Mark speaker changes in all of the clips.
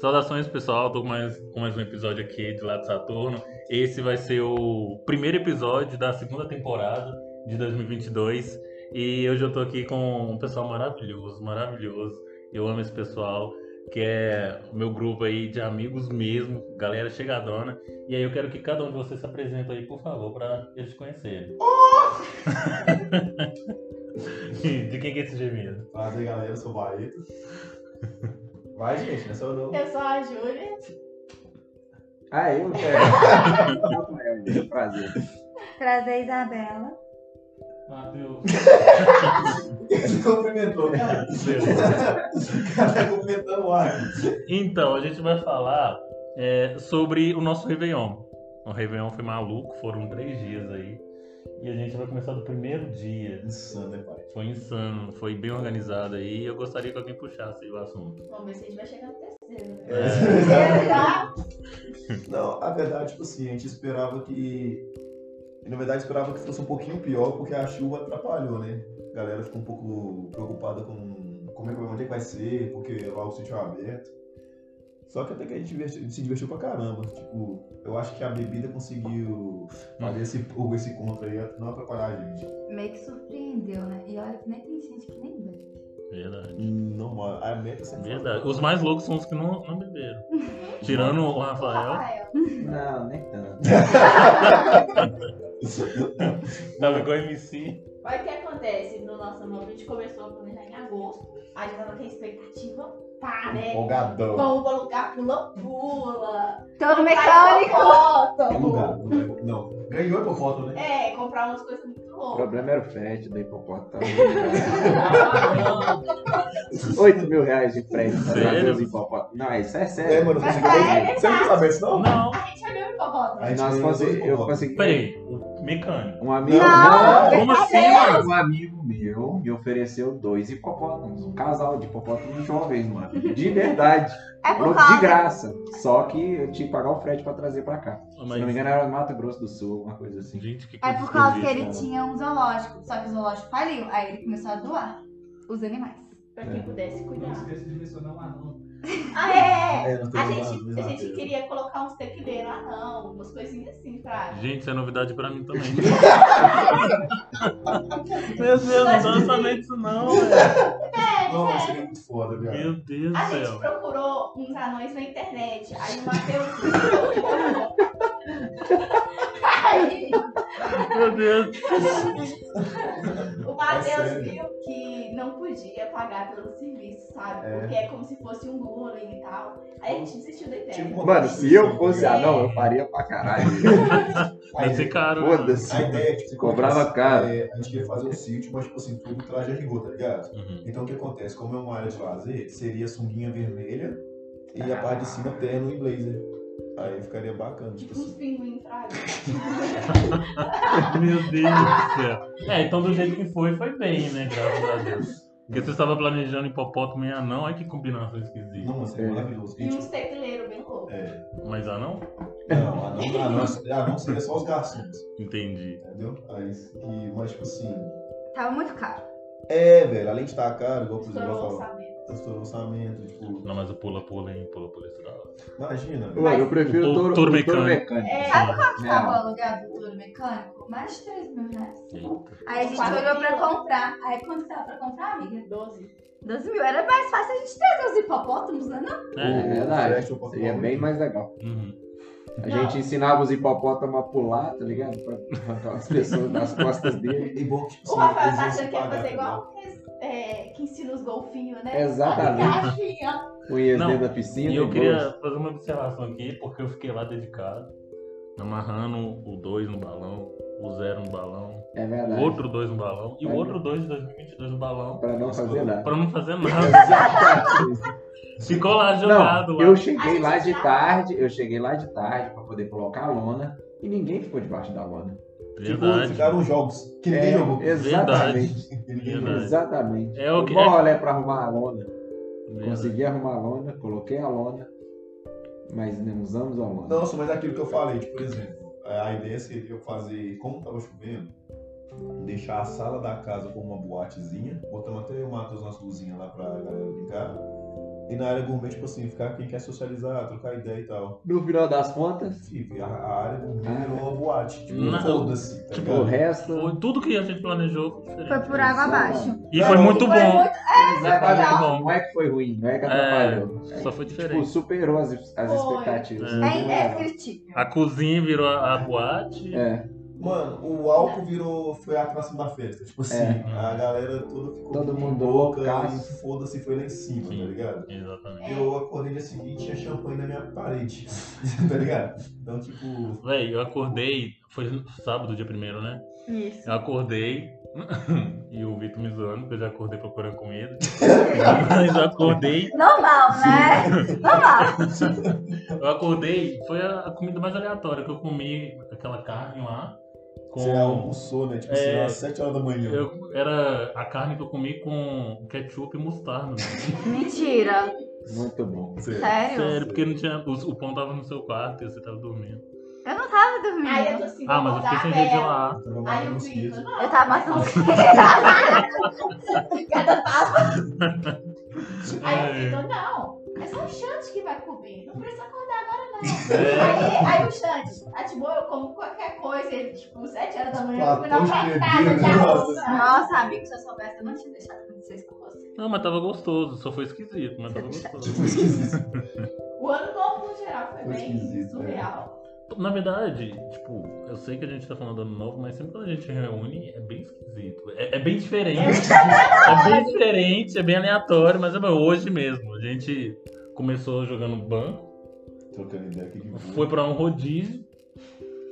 Speaker 1: Saudações, pessoal. Tô com mais, com mais um episódio aqui de Lado Saturno. Esse vai ser o primeiro episódio da segunda temporada de 2022. E hoje eu tô aqui com um pessoal maravilhoso, maravilhoso. Eu amo esse pessoal, que é o meu grupo aí de amigos mesmo, galera chegadona. E aí eu quero que cada um de vocês se apresente aí, por favor, pra eles te conhecerem. de quem que é esse gemido?
Speaker 2: Prazer, galera. Eu sou o Barreto. Vai, gente, né? Sou eu.
Speaker 3: Eu sou a Júlia.
Speaker 4: Ah, eu? É. Prazer.
Speaker 5: Prazer, Isabela.
Speaker 1: Matheus.
Speaker 2: Ele cumprimentou,
Speaker 1: É.
Speaker 2: cara. O cara tá cumprimentando o ar.
Speaker 1: Então, a gente vai falar é, sobre o nosso Réveillon. O Réveillon foi maluco, foram três dias aí. E a gente vai começar do primeiro dia.
Speaker 2: Insano, né, pai?
Speaker 1: Foi insano, foi bem organizado aí. E eu gostaria que alguém puxasse aí o assunto.
Speaker 3: Vamos ver se a gente vai chegar no terceiro. né?
Speaker 2: É. Não, a verdade, tipo assim, a gente esperava que. Na verdade, esperava que fosse um pouquinho pior, porque a chuva atrapalhou, né? A galera ficou um pouco preocupada com como é que vai, onde é que vai ser, porque lá o sítio é aberto. Só que até que a gente diverti- se divertiu pra caramba. Tipo, eu acho que a bebida conseguiu fazer esse, ou esse contra aí, não atrapalhar a gente.
Speaker 5: Meio que surpreendeu, né? E olha que nem tem gente que nem bebe.
Speaker 1: Verdade.
Speaker 2: Não, mano, a meta é sempre
Speaker 1: Verdade. Os mais loucos são os que não, não beberam. Tirando o Rafael.
Speaker 3: Rafael.
Speaker 4: Não, nem tanto.
Speaker 1: Tava igual MC.
Speaker 3: Olha o que acontece no nosso novo. A gente começou a planejar em agosto. A gente tava com a expectativa pá, né?
Speaker 2: Um Empolgadão.
Speaker 3: Vamos pra lugar pula-pula.
Speaker 5: Todo
Speaker 3: comprar
Speaker 5: mecânico!
Speaker 2: Não,
Speaker 3: hipopótamo.
Speaker 2: lugar, não, vai- um né? não. Ganhou tua foto, né?
Speaker 3: É, comprar umas coisas muito
Speaker 4: O
Speaker 3: loucas.
Speaker 4: problema era o frete do hipopótamo.
Speaker 3: Ah,
Speaker 4: 8 mil reais de frete pra
Speaker 1: Sério?
Speaker 4: trazer os hipopótamos. Não, isso é
Speaker 2: É,
Speaker 4: sério.
Speaker 2: mano,
Speaker 3: Mas
Speaker 2: você
Speaker 3: é
Speaker 2: Você não sabe isso, não?
Speaker 1: Não.
Speaker 3: A gente olhou o hipopótamo.
Speaker 2: Aí
Speaker 4: Nós
Speaker 2: gente ganhou
Speaker 4: conse-
Speaker 2: dois
Speaker 4: eu
Speaker 2: hipopótamos.
Speaker 4: consegui.
Speaker 1: Peraí, o mecânico.
Speaker 4: Um amigo.
Speaker 2: Não,
Speaker 1: Como assim, mano?
Speaker 4: Um amigo meu me ofereceu dois hipopótamos. Um casal de hipopótamos jovens, mano. De verdade.
Speaker 5: É por
Speaker 4: Falou de
Speaker 5: causa.
Speaker 4: graça. Só que eu tinha que pagar o frete pra trazer pra cá. Se não me
Speaker 1: Mas,
Speaker 4: engano, é era Mato Grosso do Sul, uma coisa assim.
Speaker 1: gente, que
Speaker 5: É
Speaker 1: coisa
Speaker 5: por causa que ele
Speaker 1: esquisita. né?
Speaker 5: tinha um zoológico. Só que o zoológico faliu. Aí ele começou a doar os animais.
Speaker 3: Pra
Speaker 2: é.
Speaker 3: quem pudesse
Speaker 6: Não
Speaker 3: cuidar.
Speaker 6: esqueça de mencionar um o anão.
Speaker 3: Ah, é!
Speaker 2: É, não tem
Speaker 3: A
Speaker 2: nada,
Speaker 3: gente, a
Speaker 2: nada.
Speaker 3: gente queria colocar uns tequileiros, ah não, umas coisinhas assim pra.
Speaker 1: Gente, isso é novidade pra mim também. Meu Deus, não tava sabendo isso não, velho.
Speaker 2: Não, seria muito foda, viado.
Speaker 1: Meu Deus do
Speaker 3: A gente
Speaker 1: céu.
Speaker 3: procurou uns anões na internet. Aí o Matheus. aí
Speaker 1: Meu Deus.
Speaker 3: o
Speaker 2: É
Speaker 3: Matheus
Speaker 2: sério.
Speaker 3: viu que não podia pagar pelo serviço, sabe?
Speaker 2: É.
Speaker 3: Porque é como se fosse um bullying e tal. Aí a gente desistiu da ideia.
Speaker 2: Tipo,
Speaker 4: Mano, se eu fosse anão, Ah, eu faria pra caralho.
Speaker 1: Vai ser caro. né?
Speaker 4: Foda-se.
Speaker 2: A ideia é que se
Speaker 4: Cobrava caro.
Speaker 2: É, a gente queria fazer um sítio, mas tipo assim, tudo traje a rigor, tá ligado?
Speaker 1: Uhum.
Speaker 2: Então o que acontece? Como é uma área de lazer, seria sunguinha vermelha e a parte de cima terno e blazer. Aí ficaria bacana, tipo
Speaker 3: Tipo uns
Speaker 2: assim.
Speaker 3: pinguim pra
Speaker 1: Meu Deus do céu. É, então do jeito que foi, foi bem, né? Graças a Deus. Porque você estava planejando hipopótamo e anão, olha ah, que combinação esquisita.
Speaker 2: Não, seria
Speaker 4: É.
Speaker 2: maravilhoso. E,
Speaker 3: E
Speaker 2: tipo,
Speaker 3: uns tequileiros bem loucos.
Speaker 2: é,
Speaker 1: Mas ah, anão?
Speaker 2: não, anão, anão, anão seria só os garçons,
Speaker 1: Entendi.
Speaker 2: entendeu? Aí, e, mas tipo assim,
Speaker 5: Tava muito caro.
Speaker 2: é, velho, além de estar caro, igual por exemplo, eu
Speaker 3: Estourou o
Speaker 2: falo,
Speaker 3: orçamento.
Speaker 2: estourou o orçamento, tipo,
Speaker 1: Não, mas o pula-pula, hein? Pula-pula é isso da hora.
Speaker 2: imagina, velho.
Speaker 4: Mano, eu prefiro
Speaker 1: O
Speaker 4: o
Speaker 1: um touro-
Speaker 4: touro,
Speaker 1: touro
Speaker 4: o touro
Speaker 1: mecânico.
Speaker 4: mecânico. né,
Speaker 3: É,
Speaker 5: Sabe quanto
Speaker 4: Não.
Speaker 5: tava o alugado do touro mecânico? Mais de 3 mil reais.
Speaker 1: Eita.
Speaker 5: Aí a gente
Speaker 3: Quatro mil.
Speaker 5: olhou pra comprar. Aí quanto que tava pra comprar, amiga?
Speaker 3: 12.
Speaker 5: 12 mil. Era mais fácil a gente trazer os hipopótamos, né? Não?
Speaker 4: É
Speaker 2: Uhum.
Speaker 1: É.
Speaker 4: verdade.
Speaker 2: Flash, eu posso
Speaker 4: Seria
Speaker 2: falar
Speaker 4: bem
Speaker 2: muito.
Speaker 4: mais legal.
Speaker 1: Uhum.
Speaker 4: A
Speaker 3: Não.
Speaker 4: gente ensinava os hipopótamos a pular, tá ligado? Pra arrancar as pessoas das costas dele.
Speaker 2: E bom que, tipo,
Speaker 3: O
Speaker 2: assim,
Speaker 3: Rafael
Speaker 2: eles
Speaker 3: tá
Speaker 2: iam
Speaker 3: achando
Speaker 2: se
Speaker 3: que ia
Speaker 2: pagar,
Speaker 3: fazer
Speaker 2: tá
Speaker 3: igual aqueles, é, que ensina os golfinhos, né?
Speaker 4: Exatamente.
Speaker 3: Caixinha.
Speaker 4: Unhas
Speaker 1: Não,
Speaker 4: um dentro da piscina.
Speaker 1: E eu
Speaker 4: bolsa.
Speaker 1: queria fazer uma observação aqui, porque eu fiquei lá dedicado, amarrando o 2 no balão, o 0 no balão,
Speaker 4: É
Speaker 1: o
Speaker 4: verdade.
Speaker 1: outro 2 no balão e o
Speaker 4: Aí.
Speaker 1: outro 2 de 2022 no balão,
Speaker 4: Pra não fazer nada.
Speaker 1: pra não fazer nada. Ficou lá jogado
Speaker 4: Não,
Speaker 1: Tá lá.
Speaker 4: eu
Speaker 3: A
Speaker 4: cheguei
Speaker 3: gente
Speaker 4: lá de
Speaker 3: já-
Speaker 4: tarde, eu cheguei lá de tarde pra poder colocar a lona e ninguém ficou debaixo da lona.
Speaker 2: Tipo,
Speaker 1: É Verdade. É
Speaker 2: ficaram jogos que ninguém
Speaker 4: É,
Speaker 2: jogou.
Speaker 4: Exatamente.
Speaker 2: Que ninguém
Speaker 1: Verdade.
Speaker 2: jogou.
Speaker 4: Exatamente.
Speaker 1: É o que-
Speaker 4: Bom olhar pra arrumar a lona.
Speaker 1: verdade.
Speaker 4: Consegui arrumar a lona, coloquei a lona, mas não usamos a lona.
Speaker 2: Nossa, mas aquilo que eu falei, tipo, por exemplo, a ideia seria fazer, como tava chovendo, deixar a sala da casa como uma boatezinha, botamos até o Matheus nas luzinhas lá pra galera brincar. E na área gourmet, tipo assim, ficar quem quer socializar, trocar ideia e tal.
Speaker 4: No final das contas,
Speaker 2: Fica, a, a área gourmet
Speaker 4: Ah.
Speaker 2: virou uma boate. Tipo,
Speaker 1: Não.
Speaker 2: foda-se. Tá
Speaker 4: tipo, o
Speaker 2: ligado?
Speaker 4: resto.
Speaker 1: Foi tudo que a gente planejou. foi diferente.
Speaker 5: Foi por água abaixo.
Speaker 1: E foi muito
Speaker 5: Foi
Speaker 1: bom.
Speaker 5: muito-
Speaker 4: Exatamente.
Speaker 1: legal.
Speaker 4: Não é que foi ruim, não é que atrapalhou.
Speaker 1: Só foi
Speaker 4: Tipo,
Speaker 1: diferente.
Speaker 4: superou as, as
Speaker 3: Foi.
Speaker 4: expectativas. né?
Speaker 1: É.
Speaker 5: É indescritível.
Speaker 1: A cozinha virou a, a boate.
Speaker 4: É,
Speaker 2: Mano, o álcool virou. Foi a atração da festa. Tipo assim,
Speaker 4: É.
Speaker 2: a galera toda ficou
Speaker 4: Todo
Speaker 2: muito
Speaker 4: mundo
Speaker 2: louca
Speaker 4: loucaço.
Speaker 2: e foda-se foi lá em cima,
Speaker 1: Sim.
Speaker 2: tá ligado?
Speaker 1: Exatamente.
Speaker 3: É.
Speaker 2: Eu acordei no dia seguinte e tinha champanhe na minha parede, tá ligado? Então, tipo.
Speaker 1: Véi, eu acordei. Foi no sábado, dia primeiro, né?
Speaker 5: Isso.
Speaker 1: Eu acordei. e o Vitor me zoando, porque eu já acordei procurando comida. Mas eu acordei.
Speaker 5: Normal, né? Normal.
Speaker 1: Eu acordei. Foi a, a comida mais aleatória que eu comi aquela carne lá. Com.
Speaker 2: Você almoçou, né? Tipo, assim,
Speaker 1: É.
Speaker 2: às 7 horas da manhã.
Speaker 1: Eu, era a carne que eu comi com ketchup e mostarda. né?
Speaker 5: Mentira.
Speaker 4: É, muito bom.
Speaker 2: Você-
Speaker 5: Sério?
Speaker 1: Sério, porque não tinha, o, o pão tava no seu quarto e você tava dormindo.
Speaker 5: Eu não tava
Speaker 3: Aí eu
Speaker 5: dormindo.
Speaker 3: tô assim,
Speaker 1: Ah, mas eu
Speaker 3: vou
Speaker 1: fiquei
Speaker 3: acordar
Speaker 1: sem jeito de
Speaker 3: dela.
Speaker 1: lá.
Speaker 2: Tava
Speaker 3: Aí o
Speaker 2: matando mosquito.
Speaker 3: Vitor, não.
Speaker 5: Eu tava matando
Speaker 3: Aí o
Speaker 1: É,
Speaker 3: Vitor, não. É só o Xande que vai comer. Não precisa acordar agora, não.
Speaker 2: Tipo,
Speaker 1: É.
Speaker 3: Aí, aí o Xande, ativou, eu como qualquer coisa. Ele, tipo, 7 horas da manhã, eu comi na
Speaker 2: Platão
Speaker 3: minha
Speaker 2: de
Speaker 3: casa de
Speaker 2: bebida,
Speaker 3: arroz.
Speaker 5: Nossa, amigo, se eu soubesse, eu não tinha deixado acontecer isso com você.
Speaker 1: Não, mas tava gostoso, só foi esquisito, mas tava gostoso.
Speaker 2: Tipo, esquisito.
Speaker 3: O ano novo, no geral, foi
Speaker 2: Foi
Speaker 3: bem
Speaker 2: esquisito, é.
Speaker 3: surreal.
Speaker 1: Na verdade, tipo, eu sei que a gente tá falando do ano novo, mas sempre quando a gente reúne é bem esquisito. É, é bem diferente. é bem diferente, é bem aleatório, mas é bom, hoje mesmo. A gente começou jogando banco,
Speaker 2: Trocando ideia aqui de boa.
Speaker 1: foi pra um rodízio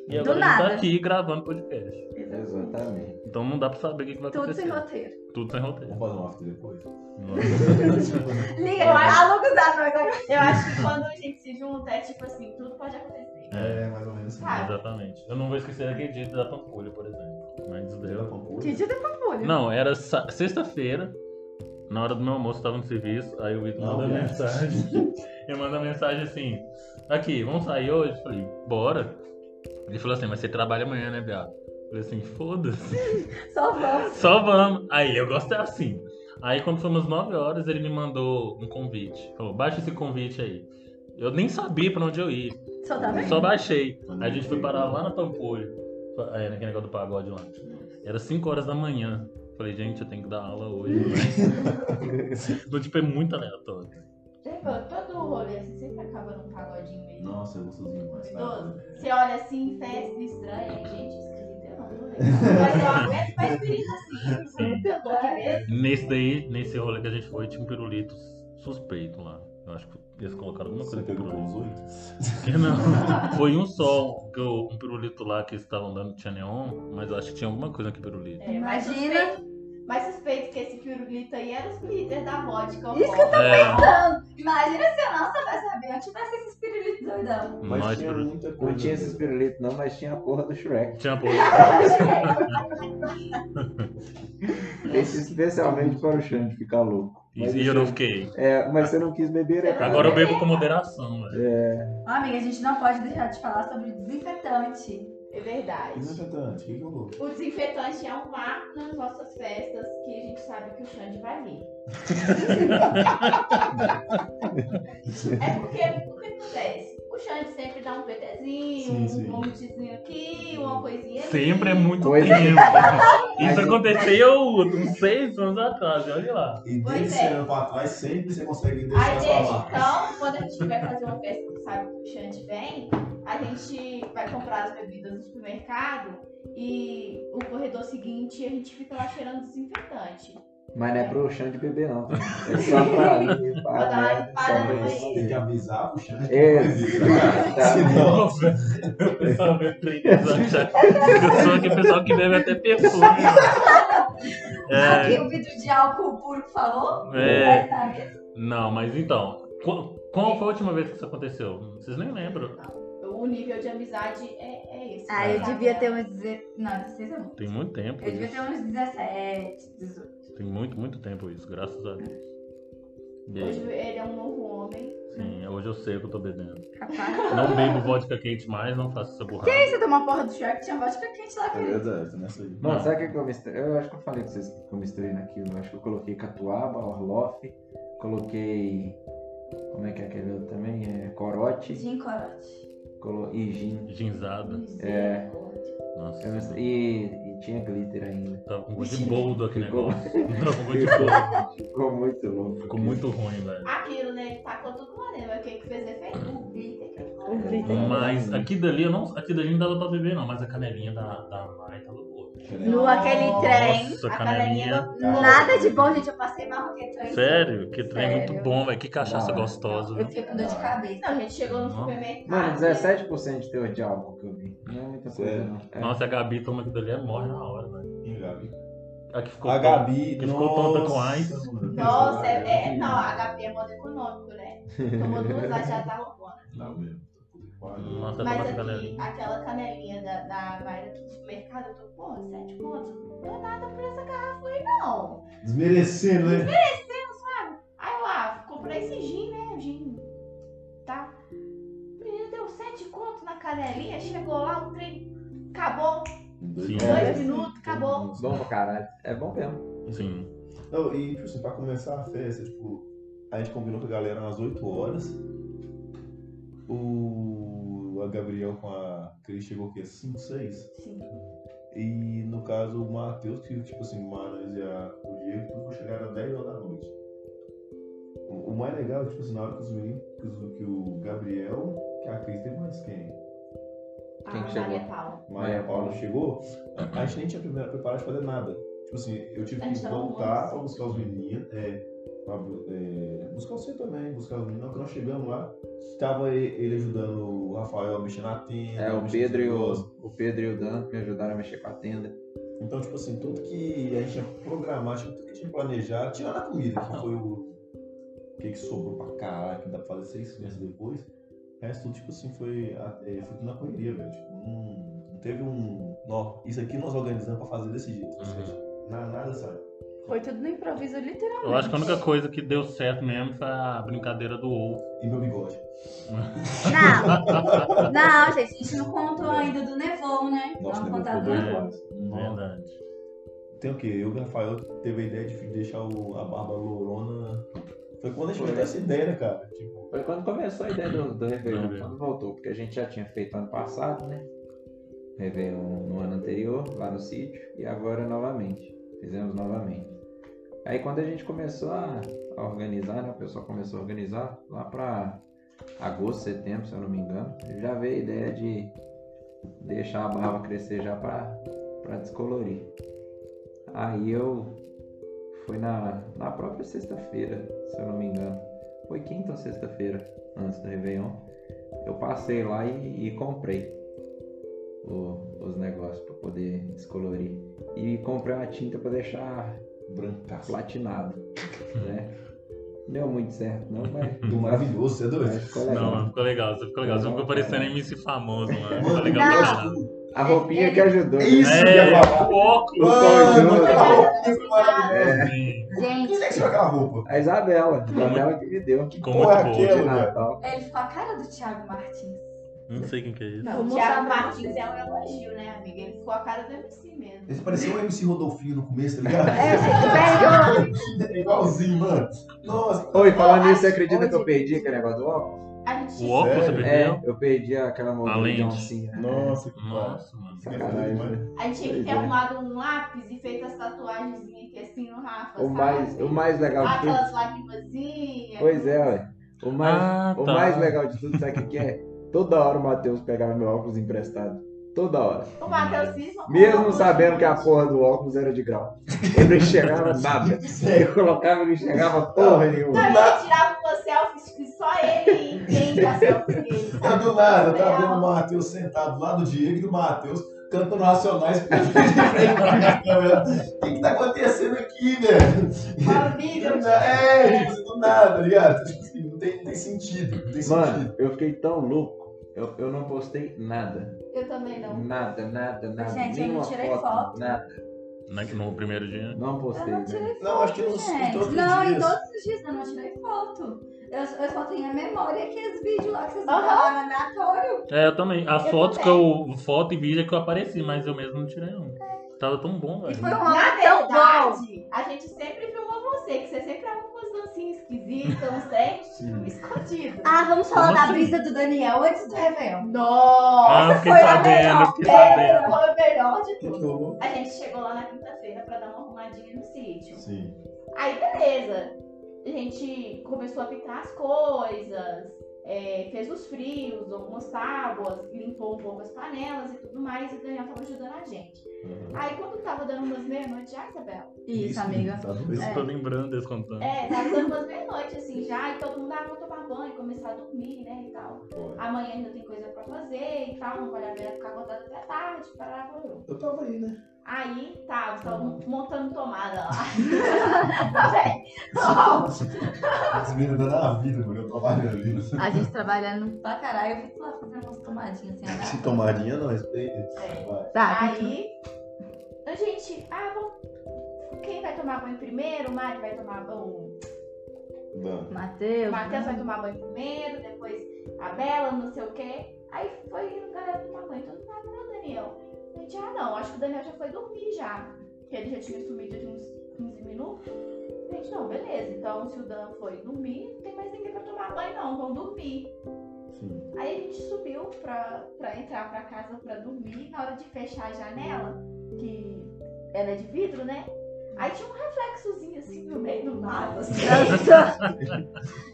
Speaker 1: e
Speaker 5: Do
Speaker 1: agora a gente
Speaker 5: nada.
Speaker 1: tá aqui gravando podcast.
Speaker 4: Exatamente.
Speaker 1: Então não dá pra saber o que, que vai
Speaker 5: Tudo sem
Speaker 1: acontecer.
Speaker 5: roteiro.
Speaker 1: Tudo sem roteiro.
Speaker 2: Vamos fazer um after depois.
Speaker 5: Liga, a Lucas da noite agora.
Speaker 3: Eu acho que quando a gente se junta, é tipo assim, tudo pode acontecer.
Speaker 2: É, mais ou menos assim.
Speaker 5: Ah.
Speaker 3: Sabe?
Speaker 1: Exatamente. Eu não vou esquecer aquele dia da Pampulha, por exemplo. Mas isso daí
Speaker 2: Deu
Speaker 1: eu-
Speaker 2: da Pampulha?
Speaker 5: Que dia da pampulha.
Speaker 1: Não, era sa- sexta-feira, na hora do meu almoço, eu tava no serviço, aí o Vitor
Speaker 2: Não,
Speaker 1: mandou
Speaker 2: é.
Speaker 1: mensagem. Ele mandou mensagem assim, aqui, vamos sair hoje? Eu Falei, bora. Ele falou assim, mas você trabalha amanhã, né, Biado? Eu Falei assim, foda-se,
Speaker 5: Só vamos.
Speaker 1: só vamos. Aí eu gosto é assim. Aí quando foi umas 9 horas, ele me mandou um convite. Falou, baixa esse convite aí. Eu nem sabia pra onde eu ia.
Speaker 5: Só tá vendo?
Speaker 1: Só baixei. Aí a gente foi parar lá na Pampulha. Aí naquele negócio do pagode lá. Era 5 horas da manhã. Falei, gente, eu tenho que dar aula hoje. Então, tipo, é muito aleatório.
Speaker 3: Lembra, todo o rolê, assim, sempre acaba num pagodinho mesmo.
Speaker 2: Nossa, é gostosinho demais.
Speaker 1: né?
Speaker 3: Idoso. Você olha assim, festa estranha, gente esquisita, eu não tô legal. Mas eu aguento pra espírito assim.
Speaker 1: Sim.
Speaker 3: Eu tô aqui mesmo.
Speaker 1: Nesse daí, nesse rolê que a gente foi, tinha um pirulito suspeito lá. Eu acho que eles colocaram alguma
Speaker 2: Você
Speaker 1: coisa com
Speaker 2: pegou
Speaker 1: pirulito.
Speaker 2: pelos oito?
Speaker 1: Que não. Foi um sol, que eu- um pirulito lá que eles estavam dando tinha neon, mas eu acho que tinha alguma coisa naquele pirulito.
Speaker 3: É, mas
Speaker 5: Imagina.
Speaker 3: suspeito- Mas suspeito que esse pirulito aí era os glitter da vodka.
Speaker 5: Isso
Speaker 3: que eu
Speaker 1: É,
Speaker 5: Então, imagina se eu não soubesse saber onde tivesse esses pirulitos doidão.
Speaker 2: Mas
Speaker 1: nós
Speaker 2: tinha um-
Speaker 1: pirulito.
Speaker 2: muita coisa.
Speaker 4: Não tinha esses pirulitos, não, mas tinha a porra do Shrek.
Speaker 1: Tinha pô.
Speaker 4: Esse especialmente para o Xande ficar louco. Mas
Speaker 1: E eu não fiquei.
Speaker 4: É, mas você não quis beber, é claro.
Speaker 1: Agora eu bebo com moderação, velho.
Speaker 5: Amiga, a gente não pode deixar de falar sobre desinfetante.
Speaker 3: É verdade.
Speaker 2: Desinfetante, o que que eu vou?
Speaker 3: O desinfetante é um marco nas nossas festas que a gente sabe que o Xande vai vir. é porque o que acontece? O Xande sempre dá um PTzinho,
Speaker 2: Sim, sim.
Speaker 3: um montezinho aqui, uma coisinha ali.
Speaker 1: Sempre é muito
Speaker 4: Pois é.
Speaker 1: tempo. Isso
Speaker 4: Mas-
Speaker 1: aconteceu uns seis anos atrás, olha lá.
Speaker 2: E
Speaker 3: Pois
Speaker 2: desde
Speaker 3: é.
Speaker 2: esse ano pra trás, sempre você consegue deixar
Speaker 3: Aí,
Speaker 2: as
Speaker 3: gente,
Speaker 2: palavras.
Speaker 3: então, quando a gente vai fazer uma festa que sabe que o Xande vem, a gente vai comprar as bebidas no supermercado e o corredor seguinte a gente fica lá cheirando desinfetante.
Speaker 4: Mas não é pro Xande beber, não. É só pra mim,
Speaker 3: Pra dar uma
Speaker 4: pra
Speaker 3: limpada no
Speaker 4: mim.
Speaker 3: banheiro.
Speaker 2: Tem que avisar, puxa. né?
Speaker 4: Exatamente.
Speaker 1: Nossa, o pessoal bebe 30 anos já. Eu sou aquele pessoal que bebe até perfume. ó.
Speaker 5: Aqui
Speaker 1: É,
Speaker 5: o vidro de álcool puro que falou.
Speaker 1: é,
Speaker 5: Vai saber.
Speaker 1: não, mas então, qual, qual foi a última vez que isso aconteceu? Vocês nem lembram.
Speaker 3: Então, O nível de amizade é, é esse.
Speaker 5: Ah, eu
Speaker 3: sabe?
Speaker 5: devia ter uns. deze- Não, 16 é muito.
Speaker 1: Tem muito tempo
Speaker 5: Eu devia
Speaker 1: isso.
Speaker 5: ter uns 17, 18.
Speaker 1: Tem muito, muito tempo isso, graças a Deus. E
Speaker 3: Hoje
Speaker 1: aí,
Speaker 3: ele é um novo homem.
Speaker 1: sim, hoje eu sei o que eu tô bebendo.
Speaker 5: Capaz.
Speaker 1: Não bebo vodka quente mais, não faço essa burrada.
Speaker 5: E aí, você tomou a porra do Shrek, tinha vodka quente lá,
Speaker 2: É
Speaker 5: querido.
Speaker 2: verdade, tô nessa aí.
Speaker 4: Mano, sabe o que que eu misturei? Eu acho que eu falei pra vocês que eu misturei naquilo. Eu acho que eu coloquei catuaba, orloff, coloquei como é que é aquele outro também? É corote
Speaker 5: Gin corote.
Speaker 4: colo- e gin.
Speaker 1: Ginzada.
Speaker 4: É.
Speaker 1: Nossa.
Speaker 4: Eu não sei- E, e tinha glitter ainda.
Speaker 1: Tava com gosto Tá, um de boldo aquele
Speaker 4: Ficou.
Speaker 1: negócio. Tava com gosto de boldo.
Speaker 4: Ficou muito louco.
Speaker 1: Ficou muito ruim, velho.
Speaker 3: Aquilo, né? Ele tacou tudo lá dentro. mas O que que fez efeito? O glitter. que ele colocou.
Speaker 6: O
Speaker 5: É,
Speaker 6: glitter.
Speaker 1: Mas aqui dali, eu não, aqui dali não dava pra beber, não. Mas a canelinha da, da Mai tava boa.
Speaker 5: No
Speaker 2: Ah,
Speaker 5: aquele trem. é
Speaker 1: Nossa,
Speaker 3: A
Speaker 1: canelinha.
Speaker 3: canelinha.
Speaker 5: Nada de bom, gente. Eu passei mal com aquele trem.
Speaker 1: Sério? Que trem
Speaker 5: Sério.
Speaker 1: muito bom, velho. Que cachaça
Speaker 4: Não.
Speaker 1: gostosa.
Speaker 5: Eu fiquei com dor de cabeça.
Speaker 3: Não, a gente chegou no
Speaker 1: Não.
Speaker 3: supermercado.
Speaker 4: Mano, 17% de teor de álcool que eu vi. Não é muita coisa,
Speaker 2: Sério?
Speaker 4: não. É.
Speaker 1: Nossa, a Gabi toma aquilo dali, ela morre na hora, velho.
Speaker 2: Ih, Gabi.
Speaker 1: A que ficou
Speaker 2: A Gabi.
Speaker 1: que ficou tonta com então, AIDS.
Speaker 3: Nossa,
Speaker 2: né?
Speaker 3: é, é, não, a HP é modo econômico, né? Tomou duas lá já tá roubando.
Speaker 2: Não, mesmo. Puta que pariu.
Speaker 1: Nossa, toma
Speaker 3: Mas
Speaker 1: essa
Speaker 3: aqui,
Speaker 1: canelinha.
Speaker 3: aquela canelinha da, da Vaira aqui do supermercado, eu tô, pô, sete pontos. Não é nada por essa garrafa aí, não.
Speaker 2: Desmerecendo, né?
Speaker 3: Aí lá, comprei esse gin, né? Gin. Tá? Menina, deu sete contos na canelinha, chegou lá, o trem acabou,
Speaker 1: Sim.
Speaker 4: É.
Speaker 3: dois minutos, acabou.
Speaker 4: Bom pra caralho. É bom mesmo.
Speaker 1: Sim.
Speaker 2: Não, e, tipo assim, pra começar a festa, tipo, a gente combinou com a galera umas 8 horas. O a Gabriel com a Cris chegou o quê? 5, 6?
Speaker 3: Sim.
Speaker 2: E no caso o Matheus, que tipo assim, o Manas e a, o Diego, tudo chegaram às 10 horas da noite. O, o mais legal é que, tipo assim, na hora que os meninos, que, os- que o Gabriel, que a Cris teve mais quem?
Speaker 4: Quem que
Speaker 3: Ah, a
Speaker 4: chegou?
Speaker 3: Maria Paula.
Speaker 2: Maria
Speaker 4: É.
Speaker 2: Paula chegou, a gente nem tinha primeiro preparado de fazer nada. Tipo assim, eu tive
Speaker 3: A
Speaker 2: que
Speaker 3: gente tava
Speaker 2: voltar
Speaker 3: longe.
Speaker 2: pra buscar os meninos, é, pra bu- é, buscar você também, buscar os meninos. Na hora que nós chegamos lá, tava e- ele ajudando o Rafael a mexer na tenda.
Speaker 4: É,
Speaker 2: mexer
Speaker 4: o
Speaker 2: nos
Speaker 4: Pedro e o,
Speaker 2: negócios.
Speaker 4: o Pedro e o Dan me ajudaram a mexer com a tenda.
Speaker 2: Então, tipo assim, tudo que a gente tinha programado, tinha- tudo que a gente tinha planejado, tirando a comida, que foi o o que, que sobrou pra caralho, que dá pra fazer seis meses depois. O resto, tudo, tipo assim, foi, a- é, foi tudo na correria, velho. Tipo, não, não teve um. Nó, isso aqui nós organizamos pra fazer desse jeito. Ou seja, na- nada sabe.
Speaker 6: Foi tudo no improviso, literalmente.
Speaker 1: Eu acho que a única coisa que deu certo mesmo foi a brincadeira do ovo.
Speaker 2: E meu bigode.
Speaker 5: Não. Não, gente. A gente não contou ainda do Nevou, né? Vamos
Speaker 2: levou
Speaker 5: contar do
Speaker 1: tudo, né?
Speaker 2: tudo,
Speaker 5: Nevou.
Speaker 2: quase. Nossa.
Speaker 1: Verdade.
Speaker 2: Tem o quê? Eu e o Rafael teve a ideia de deixar o- a barba lourona. Foi quando a gente teve essa ideia, né, cara? Tipo,
Speaker 4: Foi quando começou a ideia do, do Réveillon,
Speaker 1: Réveillon.
Speaker 4: quando voltou, porque a gente já tinha feito ano passado, né? Réveillon no ano anterior, lá no sítio, e agora novamente. Fizemos novamente. Aí quando a gente começou a, a organizar, né? O pessoal começou a organizar lá pra agosto, setembro, se eu não me engano, já veio a ideia de deixar a barba crescer já pra, pra descolorir. Aí eu fui na, na própria sexta-feira, se eu não me engano. Foi quinta ou sexta-feira, antes do Réveillon. Eu passei lá e, e comprei o- os negócios pra poder descolorir. E comprei uma tinta pra deixar
Speaker 2: brancaço.
Speaker 4: platinado, né? Não Deu muito certo, não, mas.
Speaker 2: Do maravilhoso, você é doido?
Speaker 4: mas ficou legal.
Speaker 1: Não, mas ficou legal, você ficou legal. Você ficou
Speaker 4: Legal,
Speaker 1: parecendo
Speaker 4: cara.
Speaker 1: MC famoso, mano. Ficou
Speaker 2: Mano,
Speaker 1: É. legal né? pra
Speaker 5: não.
Speaker 1: caralho.
Speaker 4: A roupinha que ajudou. né?
Speaker 2: Isso que eu ia
Speaker 1: É,
Speaker 2: falar.
Speaker 1: o óculos.
Speaker 2: Mano,
Speaker 4: Mano,
Speaker 5: tá
Speaker 2: aquela roupinha foi maravilhosa.
Speaker 1: Sim,
Speaker 2: Quem é que
Speaker 5: Gente,
Speaker 2: tirou aquela roupa?
Speaker 4: A Isabela, a Isabela que é me deu.
Speaker 1: ficou
Speaker 2: Porra,
Speaker 1: muito boa.
Speaker 2: aquele-
Speaker 4: De
Speaker 2: Eu,
Speaker 4: Natal.
Speaker 5: ele ficou a cara do Thiago Martins.
Speaker 1: Não sei quem que é isso.
Speaker 6: Não,
Speaker 3: O
Speaker 6: vou mostrar
Speaker 3: Thiago
Speaker 6: pra
Speaker 3: Martins
Speaker 6: vocês.
Speaker 3: é um elogio, né, amiga? Ele ficou a cara do MC mesmo.
Speaker 2: Esse parecia um MC Rodolfinho no começo, tá ligado?
Speaker 5: É, gente, velho.
Speaker 2: É igualzinho, mano. Nossa.
Speaker 4: Oi, falando nisso, você acredita
Speaker 3: Onde?
Speaker 4: que eu perdi aquele negócio do óculos?
Speaker 3: A gente
Speaker 1: O óculos você
Speaker 2: Sério?
Speaker 1: perdeu?
Speaker 4: É, eu perdi aquela moldura
Speaker 1: lente.
Speaker 4: de oncinha.
Speaker 2: Nossa, que
Speaker 1: Nossa, mano.
Speaker 4: né? Sacanagem, né?
Speaker 3: A gente tinha que ter
Speaker 4: Pois é.
Speaker 3: arrumado um lápis e feito as tatuagens aqui assim no Rafa,
Speaker 4: O
Speaker 3: sabe?
Speaker 4: mais, o mais legal de tudo.
Speaker 3: Aquelas lagrimazinhas.
Speaker 4: Pois é, ué. O mais,
Speaker 1: Ah,
Speaker 4: o mais legal de tudo, sabe o que que é? Toda hora o Matheus pegava meu óculos emprestado. Toda hora.
Speaker 3: O Matheus Cisma.
Speaker 4: Mesmo sabendo que a porra do óculos era de grau. Ele não enxergava nada.
Speaker 2: Sério.
Speaker 4: Eu colocava e não enxergava porra nenhuma.
Speaker 3: Não, ele tirava uma selfie que só ele entende a selfie dele.
Speaker 2: Tá
Speaker 3: sabe?
Speaker 2: do nada, eu
Speaker 3: Real.
Speaker 2: tava vendo o Matheus sentado lá do Diego e do Matheus cantando Racionais pra frente pra câmera. O que que tá acontecendo aqui, velho?
Speaker 3: Fala, amiga, eu te-
Speaker 2: É, isso do nada, tá ligado? Tipo assim, Não tem, não tem sentido, não tem sentido.
Speaker 4: Mano, eu fiquei tão louco. Eu, eu não postei nada.
Speaker 3: Eu também não.
Speaker 4: Nada, nada, nada.
Speaker 5: Gente, eu
Speaker 4: nenhuma
Speaker 5: não tirei foto.
Speaker 4: Nada.
Speaker 1: Na- Né, No primeiro dia.
Speaker 4: Não postei.
Speaker 5: Eu não
Speaker 4: velho.
Speaker 5: tirei
Speaker 2: Não, acho que nos, em
Speaker 5: Gente,
Speaker 2: todos os
Speaker 5: não, em
Speaker 2: dias.
Speaker 5: todos os dias eu não tirei foto. Eu, eu só tenho a memória aqueles vídeos lá que vocês
Speaker 3: Aham.
Speaker 5: falaram aleatório.
Speaker 1: É, eu também. As
Speaker 3: Eu
Speaker 1: fotos que
Speaker 3: também.
Speaker 1: eu. Foto e vídeo é que eu apareci, mas eu mesmo não tirei, não. Tava tão bom,
Speaker 5: E
Speaker 1: velho.
Speaker 5: foi um
Speaker 3: Na
Speaker 5: álbum tão bom.
Speaker 3: verdade, a gente sempre filmou você, que você sempre tava com as dancinhas esquisitas, uns trem
Speaker 4: Hum.
Speaker 3: escondido.
Speaker 5: Ah, vamos falar
Speaker 1: Como
Speaker 5: da
Speaker 1: assim?
Speaker 5: brisa do Daniel antes do Réveillon.
Speaker 3: Nossa,
Speaker 1: Ah, fiquei
Speaker 5: foi a
Speaker 1: sabendo, fiquei
Speaker 3: é,
Speaker 1: sabendo.
Speaker 3: foi o melhor de tudo.
Speaker 2: Tô.
Speaker 3: A gente chegou lá na quinta-feira pra dar uma arrumadinha no sítio.
Speaker 2: Sim.
Speaker 3: Aí, beleza. A gente começou a picar as coisas, é, fez os frios, algumas tábuas, limpou um pouco as panelas e tudo mais. E o Daniel tava ajudando a gente.
Speaker 2: Uhum.
Speaker 3: Aí, quando tava dando umas meia-noite já, Isabela,
Speaker 5: Isso, amiga.
Speaker 2: Tá doido.
Speaker 1: Estou lembrando desse contando.
Speaker 3: é, tava dando umas meia-noite assim já, e todo mundo, ah, vou tomar banho, começar a dormir, né, e tal.
Speaker 5: É.
Speaker 2: Olha,
Speaker 3: Amanhã ainda tem coisa pra fazer e tal, não vale a pena ficar acordado até tarde, parar, parou.
Speaker 2: Eu tava aí, né?
Speaker 3: Aí, tá, eles estavam montando tomada lá. Tá bem. Ó,
Speaker 2: As meninas dando a tá vida, mano. Eu trabalhando ali.
Speaker 5: A gente trabalhando pra caralho, eu fico lá fazendo umas tomadinhas assim.
Speaker 2: Se tomarinha, nós temos.
Speaker 3: É.
Speaker 2: Vai.
Speaker 5: Tá,
Speaker 3: Aí, a gente, ah, vamos... Quem vai tomar banho primeiro? O Mari vai tomar banho.
Speaker 2: Não.
Speaker 3: O
Speaker 5: Matheus.
Speaker 3: Matheus vai tomar banho primeiro, depois a Bela, não sei o quê. Aí foi a galera tomar banho. Todo mundo ah, não, Daniel. A gente, ah, não, acho que o Daniel já foi dormir já. Que ele já tinha sumido de uns 15 minutos. A gente, não, beleza. Então, se o Dan foi dormir, não tem mais ninguém pra tomar banho, não. Vão dormir.
Speaker 2: Sim.
Speaker 3: Aí a gente subiu pra, pra entrar pra casa pra dormir. Na hora de fechar a janela, que ela é de vidro, né? Aí tinha um reflexozinho assim no meio do mato, assim,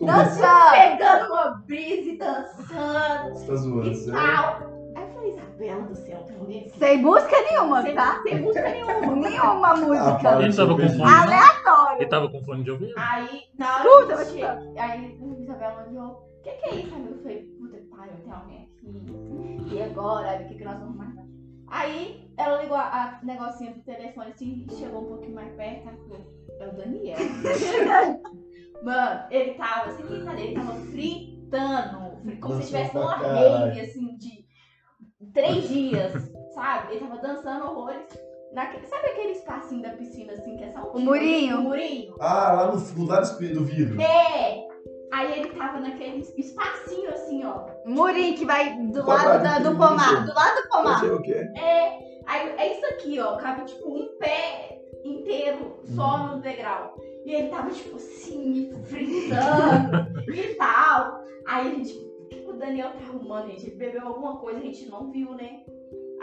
Speaker 5: Não chora!
Speaker 3: pegando uma brisa e dançando
Speaker 2: Você tá zoando,
Speaker 3: e
Speaker 2: sério?
Speaker 3: tal. Aí eu falei, Isabela do céu, tem alguém aqui?
Speaker 5: Sem busca nenhuma,
Speaker 3: Sem-
Speaker 5: tá?
Speaker 3: Sem música nenhuma.
Speaker 5: Nenhuma
Speaker 2: para.
Speaker 5: música.
Speaker 1: Ele tava com fone.
Speaker 5: Aleatório.
Speaker 1: Ele tava com fone de ouvido?
Speaker 3: Aí, na hora
Speaker 5: Escuta,
Speaker 3: que a
Speaker 5: vai
Speaker 3: gente chega- aí a Isabela olhou, o que que é isso? Aí eu falei, puta que pariu, tem alguém aqui. E agora? Aí, O que que nós vamos marcar? Aí, ela ligou a, a negocinha do telefone assim, chegou um pouquinho mais perto, ela falou, é o Daniel. Mano, ele tava, assim, brincadeira, ele tava fritando, fri- como se
Speaker 2: Dançando
Speaker 3: tivesse
Speaker 2: pra
Speaker 3: uma
Speaker 2: caralho.
Speaker 3: rave, assim, de três dias, sabe? Ele tava dançando horrores. Naquele, sabe aquele espacinho da piscina, assim, que é só um...
Speaker 5: O murinho?
Speaker 3: O murinho.
Speaker 2: Ah, lá no fundo, lá no espelho do vidro.
Speaker 3: É! Aí ele tava naquele espacinho assim, ó.
Speaker 5: Murim que vai do lado
Speaker 2: Quadrado
Speaker 5: da- do
Speaker 2: infinito.
Speaker 5: pomar. Do lado do
Speaker 2: Não
Speaker 5: pomar.
Speaker 2: sei o quê.
Speaker 3: É, aí é isso aqui, ó. Cabe tipo um pé inteiro só no degrau. E ele tava tipo assim, fritando e tal. Aí a gente, o que que o Daniel tá arrumando, gente? Ele bebeu alguma coisa, a gente não viu, né?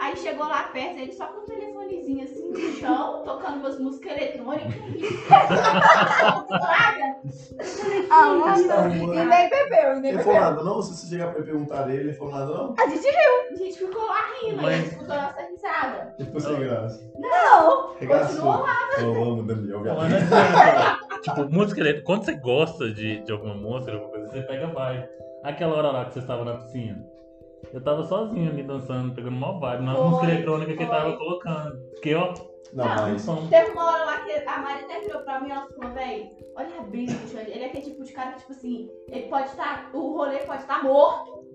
Speaker 3: Aí chegou lá perto, ele só com o telefonezinho assim no chão, tocando umas músicas eletrônicas. Praga!
Speaker 5: Ah,
Speaker 2: Você tá
Speaker 5: E
Speaker 2: arrumando.
Speaker 5: nem bebeu, e nem
Speaker 2: Ele
Speaker 5: bebeu.
Speaker 2: falou nada, não? Se você chegar pra perguntar dele, ele falou nada, não?
Speaker 5: A gente riu.
Speaker 3: A gente ficou lá rindo, a
Speaker 1: Mas-
Speaker 3: gente escutou a nossa risada.
Speaker 2: Ele ficou sem graça.
Speaker 5: Não.
Speaker 3: Continuou
Speaker 2: lá. Eu amo o Daniel,
Speaker 1: Não,
Speaker 2: viado.
Speaker 1: mas não adianta. tipo, música eletrônica. Quando você gosta de, de alguma música, de alguma coisa, você pega vibe. Aquela hora lá que você estava na piscina, eu tava sozinho ali dançando, pegando uma vibe. Na
Speaker 3: Foi,
Speaker 1: música eletrônica que
Speaker 3: foi.
Speaker 1: ele tava colocando. Porque, ó,
Speaker 2: Não,
Speaker 1: o
Speaker 2: mas.
Speaker 1: som.
Speaker 3: Teve uma hora lá que a Mari até virou pra mim e ela falou, véi, olha a brisa do Xande. Ele é aquele tipo de cara que, tipo assim, ele pode estar. o rolê pode estar morto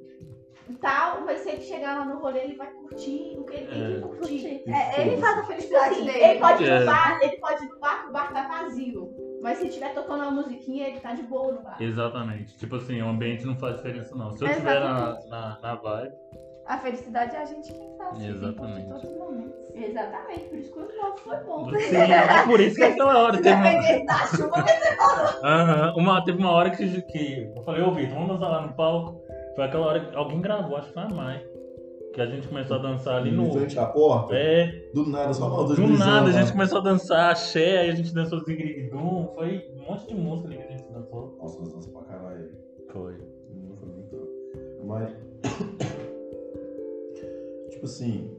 Speaker 3: e tal, mas se ele chegar lá no rolê, ele vai curtir o que ele tem
Speaker 1: É.
Speaker 3: que curtir.
Speaker 5: É, ele faz a
Speaker 3: Tipo
Speaker 5: felicidade
Speaker 3: assim, ele
Speaker 5: dele.
Speaker 3: pode ir
Speaker 1: É.
Speaker 3: no bar, ele pode ir no bar que o bar tá vazio. Mas se tiver tocando uma musiquinha, ele tá de boa no bar.
Speaker 1: Exatamente. Tipo assim, o ambiente não faz diferença, não. Se eu estiver na, na, na vibe,
Speaker 6: A felicidade é a gente quem faz.
Speaker 1: Exatamente.
Speaker 6: Em todos os momentos.
Speaker 3: Exatamente, por isso que o novo foi bom.
Speaker 1: Sim, é por isso que aquela hora teve uma,
Speaker 5: Dependendo da chuva, mas
Speaker 1: Aham. Uma- teve uma hora que, que eu falei, ô Vitor, vamos dançar lá no palco. Foi aquela hora que alguém gravou, acho que foi a Mai. Que a gente começou a dançar ali no.
Speaker 2: Frente à porta,
Speaker 1: É,
Speaker 2: do nada, só uma
Speaker 1: do nada a
Speaker 2: né?
Speaker 1: gente começou a dançar axé, aí a gente dançou Zigridum, foi um monte de música ali que a gente dançou.
Speaker 2: Nossa, nós dançamos pra caralho.
Speaker 1: Foi.
Speaker 2: Não foi muito. Mas. tipo assim,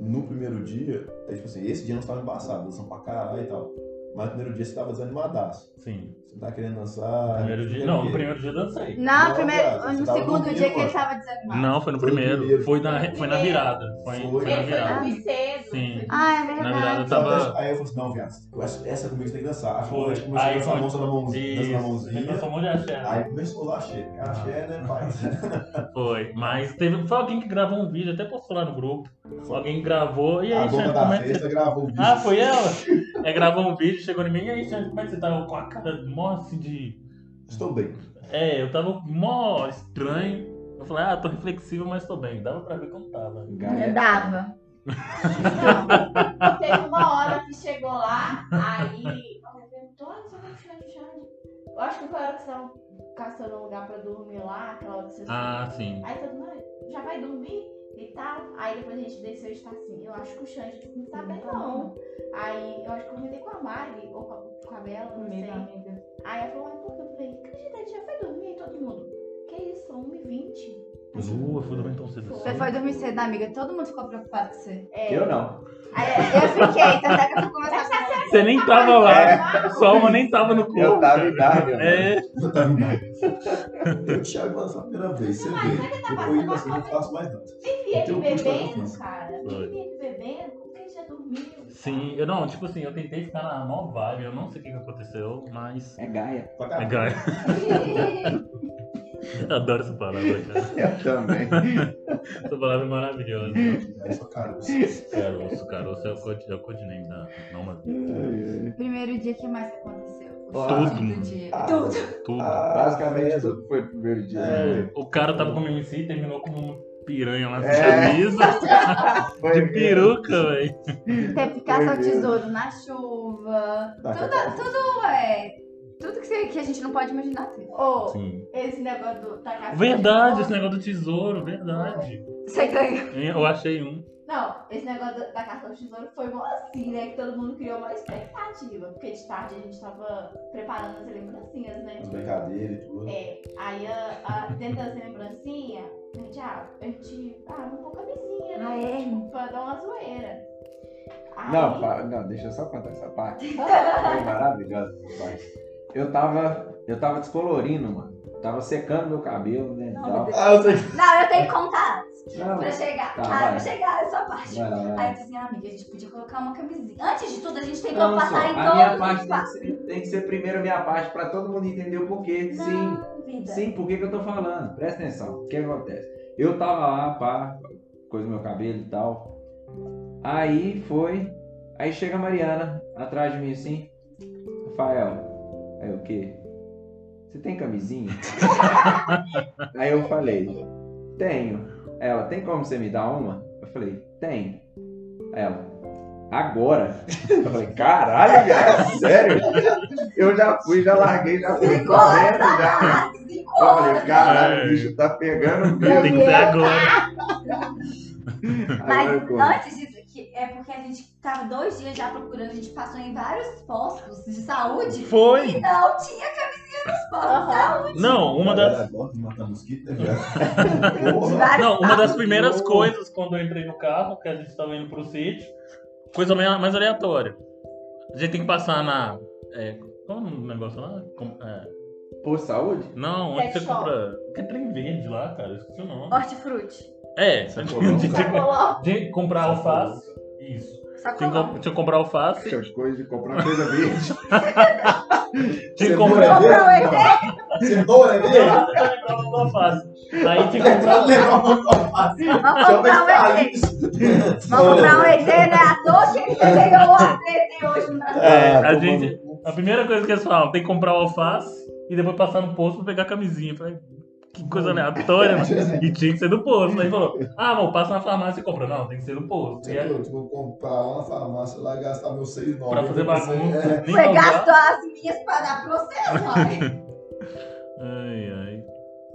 Speaker 2: no primeiro dia, é tipo assim, esse dia nós tava embaçado, dançando pra caralho e tal. Mas no primeiro dia você tava desanimadaço.
Speaker 1: Sim.
Speaker 2: Você não tá querendo dançar.
Speaker 1: Primeiro dia. Não, no primeiro dia eu dancei.
Speaker 5: Não,
Speaker 2: Não,
Speaker 5: primeiro,
Speaker 2: cara,
Speaker 5: no
Speaker 2: você tava
Speaker 5: segundo
Speaker 2: dormindo,
Speaker 5: dia que ele
Speaker 2: mano.
Speaker 5: tava
Speaker 1: Não,
Speaker 5: desanimado.
Speaker 1: foi no
Speaker 2: Foi no
Speaker 1: primeiro.
Speaker 2: primeiro.
Speaker 1: Foi na, foi na virada. Foi,
Speaker 2: Foi.
Speaker 1: foi na
Speaker 3: Ele foi
Speaker 1: virada.
Speaker 3: dormir cedo.
Speaker 1: Sim.
Speaker 3: foi dormir
Speaker 5: Ah, é
Speaker 3: cedo.
Speaker 1: Na
Speaker 5: verdade.
Speaker 1: virada eu
Speaker 2: Então,
Speaker 1: tava.
Speaker 2: Aí eu falei assim, não, viado, eu acho que essa comigo você tem que dançar. Aí
Speaker 1: Foi.
Speaker 2: a gente começou a
Speaker 1: Aí
Speaker 2: dançar a
Speaker 1: foi-
Speaker 2: mão, dançar na mãozinha, dançar na
Speaker 1: Isso, a gente
Speaker 2: mãozinha.
Speaker 1: dançou um monte de axé.
Speaker 2: Aí começou lá, axé. Axé, né, pai?
Speaker 1: Foi, mas teve, foi alguém que gravou um vídeo, até postou lá no grupo. Alguém que gravou, e
Speaker 2: A
Speaker 1: aí,
Speaker 2: dona
Speaker 1: Xande,
Speaker 2: da
Speaker 1: como é que você...
Speaker 2: festa gravou o vídeo.
Speaker 1: Ah, foi ela? É, gravou um vídeo, chegou em mim, e aí, Xande, como é que você tá? Eu com a cara mó assim de...
Speaker 2: Estou bem.
Speaker 1: É, eu tava mó estranho. Eu falei, ah, tô reflexivo, mas tô bem. Dava pra ver como tava.
Speaker 5: Eu
Speaker 4: Galera.
Speaker 5: dava.
Speaker 3: Não, teve uma hora que chegou lá, aí ela perguntou, ah, você vai puxar de chá? Eu acho que foi a hora que vocês estavam caçando um lugar pra dormir lá, aquela hora que vocês.
Speaker 1: Ah, sim.
Speaker 3: Aí todo mundo já vai dormir e tal. Aí depois a gente desceu e está assim. Eu acho que o Xande tipo, não tá bem, não. Aí eu acho que eu comentei com a Mari ou com a, com a Bela, não
Speaker 6: Comigo,
Speaker 3: sei.
Speaker 6: amiga.
Speaker 3: Aí ela falou, mas por que? Eu falei, acredita, a gente já foi dormir aí todo mundo. Que isso, 1h20?
Speaker 1: Nu, eu fui dormir tão cedo
Speaker 5: Você
Speaker 1: assim.
Speaker 5: foi dormir cedo, amiga. Todo mundo ficou preocupado com você.
Speaker 3: É.
Speaker 4: Eu não.
Speaker 5: Aí eu fiquei, tanto é que eu fui conversar com ela.
Speaker 1: Você nem tava lá.
Speaker 3: É.
Speaker 1: Sua alma nem tava no
Speaker 4: Eu
Speaker 1: corpo.
Speaker 4: tava em Darwin.
Speaker 1: É,
Speaker 2: Eu tava Eu te chamo essa primeira vez, você
Speaker 3: Mas
Speaker 2: vê. Depois você não faço mais nada.
Speaker 1: um
Speaker 3: Vivi ele
Speaker 2: Então, puxa,
Speaker 3: bebendo,
Speaker 2: mas-
Speaker 3: cara.
Speaker 1: Foi.
Speaker 3: Vivi ele bebendo, como que ele já dormiu?
Speaker 1: sim. Eu não, tipo assim, eu tentei ficar na maior vibe. Eu não sei o que que aconteceu, mas.
Speaker 4: É Gaia.
Speaker 2: Pra
Speaker 1: É
Speaker 2: caralho.
Speaker 1: Gaia. Eu Adoro essa palavra, cara.
Speaker 4: Eu também.
Speaker 1: Essa palavra é maravilhosa.
Speaker 2: É só caroço.
Speaker 1: Caroço, caroço é o code, é o codename da Noma.
Speaker 5: Primeiro dia, o que mais aconteceu? O
Speaker 4: Tudo.
Speaker 5: segundo dia. Tudo.
Speaker 1: Tudo.
Speaker 4: Basicamente, tudo foi o primeiro dia. né?
Speaker 2: É.
Speaker 1: O cara tava com MC e terminou com uma piranha lá sem
Speaker 4: É.
Speaker 1: camisa,
Speaker 4: Foi
Speaker 1: de peruca, velho.
Speaker 5: Teve caça ao
Speaker 4: Foi mesmo.
Speaker 5: tesouro na chuva.
Speaker 4: Tá,
Speaker 5: Tudo, tudo é. Tudo que, você- que a gente não pode imaginar. teve.
Speaker 3: Ô,
Speaker 1: Sim.
Speaker 3: esse negócio do tá caçando
Speaker 1: Verdade, esse
Speaker 3: tesouro.
Speaker 1: negócio do tesouro, verdade.
Speaker 5: Você ganhou.
Speaker 1: Eu achei um.
Speaker 3: Não, esse negócio do- da caça ao tesouro foi mó assim, né? Que todo mundo criou uma expectativa. Porque de tarde a gente tava preparando as lembrancinhas, né?
Speaker 2: As brincadeiras e tudo.
Speaker 3: É, aí a, a, dentro das lembrancinhas, a gente, ah, a gente, ah, um pouco a vizinha, né?
Speaker 5: Ah, é?
Speaker 3: Tipo, pra dar uma zoeira. Aí,
Speaker 4: Não, fa- não, deixa eu só contar essa parte. Foi maravilhosa essa parte. Eu tava, eu tava descolorindo, mano. Tava secando meu cabelo, né? e
Speaker 5: Não,
Speaker 4: tal.
Speaker 5: meu
Speaker 2: Ah, eu sei.
Speaker 5: Não, eu tenho que contar
Speaker 4: Não,
Speaker 5: pra chegar.
Speaker 4: Tá,
Speaker 5: ah,
Speaker 4: vai.
Speaker 5: pra chegar, essa parte.
Speaker 4: vai lá, vai lá.
Speaker 5: Aí eu disse, ah, amiga, a gente podia colocar uma camisinha. Antes de tudo, a gente tem que
Speaker 4: Não, só,
Speaker 5: Então, passar tipo, em
Speaker 4: a minha
Speaker 5: todo
Speaker 4: parte
Speaker 5: mundo.
Speaker 4: tem que, ser, tem que ser primeiro a minha parte, pra todo mundo entender o porquê. Sim.
Speaker 5: Não, vida.
Speaker 4: Sim, por que, que eu tô falando? Presta atenção. O que acontece? Eu tava lá, pá, coisa do meu cabelo e tal. Aí foi. Aí chega a Mariana atrás de mim assim. Rafael, aí o quê? Você tem camisinha? aí eu falei, tenho. Ela, tem como você me dar uma? Eu falei, tenho. Ela, agora? Eu falei, caralho, cara, sério? Eu já fui, já larguei, já fui correndo, já.
Speaker 5: Cinco
Speaker 4: Eu
Speaker 5: horas.
Speaker 4: falei, caralho,
Speaker 1: É.
Speaker 4: o bicho tá pegando
Speaker 1: Tem
Speaker 4: mesmo.
Speaker 1: que ser agora.
Speaker 4: Agora
Speaker 5: Mas
Speaker 4: eu corro.
Speaker 5: antes disso, que é porque a gente tava dois dias já procurando, a gente passou em vários postos de saúde
Speaker 1: Foi!
Speaker 5: e não tinha camisinha nos postos de
Speaker 3: Aham.
Speaker 5: saúde.
Speaker 1: Não, uma das.
Speaker 2: Agora de matar mosquito, né, velho? Porra.
Speaker 5: Vários
Speaker 1: Não, uma das primeiras
Speaker 2: não.
Speaker 1: coisas quando eu entrei no carro, que a gente estava indo pro sítio, coisa meio- mais aleatória. A gente tem que passar na. É, qual é o nome do negócio lá? Com- é,
Speaker 4: Por saúde?
Speaker 1: não, onde
Speaker 3: Pet
Speaker 1: você
Speaker 3: shop.
Speaker 1: compra. Que trem verde lá, cara? Eu Esqueci o nome.
Speaker 5: Então, Hortifruti.
Speaker 1: É,
Speaker 2: Você
Speaker 1: a gente
Speaker 2: falou,
Speaker 1: tinha
Speaker 3: Tá
Speaker 1: que-
Speaker 3: bom.
Speaker 1: de comprar alface. Isso.
Speaker 5: Só
Speaker 1: Tinha que,
Speaker 5: coloca.
Speaker 1: com- tinha que comprar alface.
Speaker 4: Essas coisas de comprar coisa verde.
Speaker 1: Tinha que
Speaker 2: Cenoura
Speaker 1: comprar.
Speaker 2: é
Speaker 5: Comprou
Speaker 2: verde? Não. Cenoura é verde?
Speaker 1: Eu tô lembrando do alface. Aí tinha que
Speaker 2: Tá
Speaker 1: comprar.
Speaker 2: legal, vamos comprar.
Speaker 5: Vamos
Speaker 2: Chama
Speaker 5: comprar um ET.
Speaker 2: eucalipto.
Speaker 5: Vamos comprar um ET, né? À toa que ele desenhou o ET hoje no Brasil.
Speaker 1: É, a
Speaker 2: tomando
Speaker 1: gente-
Speaker 2: cu.
Speaker 1: A primeira coisa que eles falam, tem que comprar o alface e depois passar no posto pra pegar a camisinha. Eu Falei, que coisa aleatória, mano. E tinha que ser do posto. Aí falou, ah, não, passa na farmácia e compra. Não, tem que ser do posto. E aí,
Speaker 2: Eu vou comprar lá na farmácia lá e gastar meus 6,9.
Speaker 1: pra fazer bagunça,
Speaker 2: É.
Speaker 1: nem
Speaker 5: Você
Speaker 1: causar.
Speaker 5: gastou as minhas pra dar pra você, olha.
Speaker 1: Ai, ai.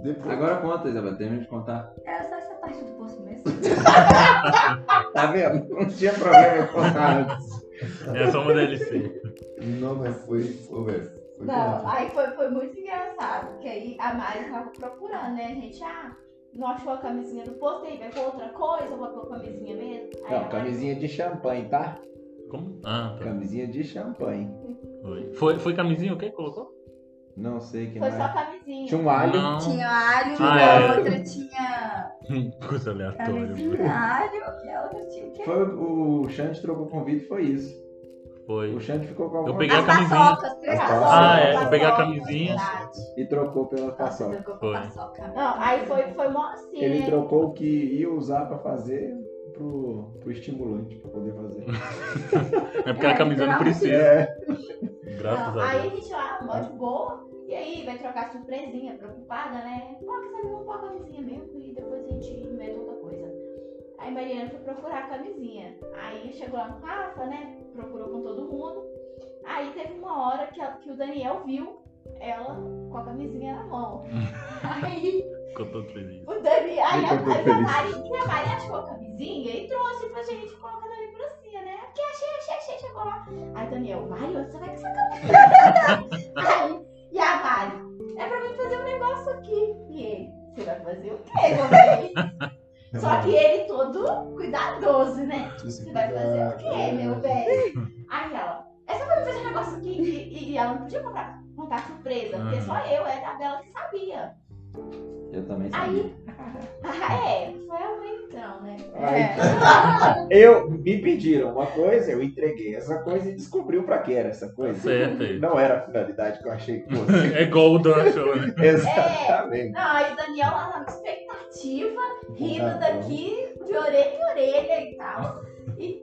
Speaker 2: Depois.
Speaker 4: Agora conta, Isabel, termina de contar.
Speaker 5: Era só essa parte do
Speaker 3: tipo,
Speaker 5: posto mesmo.
Speaker 4: Tá vendo? Não tinha problema eu contar né? antes.
Speaker 1: É só uma DLC.
Speaker 2: Não, mas foi. Foi, velho. Foi
Speaker 3: Não,
Speaker 2: bom.
Speaker 3: aí foi, foi muito engraçado, porque aí a Mari tava procurando, né, gente? Ah, não achou a camisinha do posto, aí vai com outra coisa, ou vai com a camisinha mesmo? Aí a
Speaker 4: Não,
Speaker 3: Mari-
Speaker 4: camisinha de champanhe, tá?
Speaker 1: Como? Ah, tá.
Speaker 4: Camisinha de champanhe.
Speaker 1: Foi, foi, foi camisinha o quê? que Colocou?
Speaker 4: Não sei o que
Speaker 3: Foi só
Speaker 4: mais.
Speaker 3: camisinha.
Speaker 4: Tinha um alho.
Speaker 1: Não.
Speaker 5: Tinha alho,
Speaker 1: Ah,
Speaker 5: a
Speaker 1: é.
Speaker 5: outra tinha
Speaker 1: Coisa aleatória.
Speaker 5: camisinha, alho, e a outra tinha o quê?
Speaker 4: Foi o o Xande trocou convite, foi isso.
Speaker 1: Foi.
Speaker 4: O Xande ficou com alguma
Speaker 1: peguei
Speaker 5: As
Speaker 1: a camisinha.
Speaker 5: paçocas, três
Speaker 4: Ah,
Speaker 5: paçocas.
Speaker 1: Ah, é,
Speaker 3: Paçoca,
Speaker 1: eu peguei a
Speaker 4: um
Speaker 1: camisinha.
Speaker 3: verdade.
Speaker 4: e trocou pela paçoca.
Speaker 5: Nossa, trocou
Speaker 1: Foi.
Speaker 5: pra paçoca.
Speaker 3: Tá. Não, aí foi, foi mó assim,
Speaker 4: Ele
Speaker 3: né?
Speaker 4: trocou o que ia usar pra fazer pro, pro estimulante, pra poder fazer.
Speaker 1: É porque a camisa não precisa.
Speaker 4: É,
Speaker 1: Graças
Speaker 3: Não,
Speaker 1: a
Speaker 3: aí
Speaker 1: Deus.
Speaker 3: a gente lá, mó de boa, e aí vai trocar surpresinha, preocupada, né? Pô, que sabe, vamos pôr a camisinha mesmo e depois a gente inventa outra coisa. Aí Mariana foi procurar a camisinha. Aí chegou lá um no Rafa, né? Procurou com todo mundo. Aí teve uma hora que, a- que o Daniel viu ela com a camisinha na mão. aí
Speaker 1: Ficou todo feliz.
Speaker 3: o Dani, aí a,
Speaker 4: Eu tô
Speaker 3: aí a
Speaker 4: feliz.
Speaker 3: Mari, a Mari achou a camisinha e trouxe pra gente colocar na lembrancinha, né? Porque achei, achei, achei, chegou lá. Aí Daniel, Mari, você vai com essa camisinha. aí, e a Mari, é pra mim fazer um negócio aqui. E ele, você vai fazer o quê, meu bem? Só que ele todo cuidadoso, né? Você vai fazer o quê,
Speaker 4: Uhum.
Speaker 3: meu bem? Aí ela, essa foi fazer um negócio que e, e ela não podia contar, contar surpresa, porque
Speaker 1: Uhum.
Speaker 3: só eu era a Bela que sabia.
Speaker 4: Eu também sabia.
Speaker 3: Aí, é, foi o então, né?
Speaker 4: Ai, É, Eu me pediram uma coisa, eu entreguei essa coisa e descobriu pra que era essa coisa.
Speaker 1: Certo aí.
Speaker 4: Não era a finalidade que eu achei que fosse.
Speaker 1: É igual o Dona Show, né?
Speaker 4: Exatamente.
Speaker 3: É. Não, aí o Daniel lá na expectativa, rindo
Speaker 2: Empolgadão.
Speaker 3: daqui, de orelha em orelha e tal. E.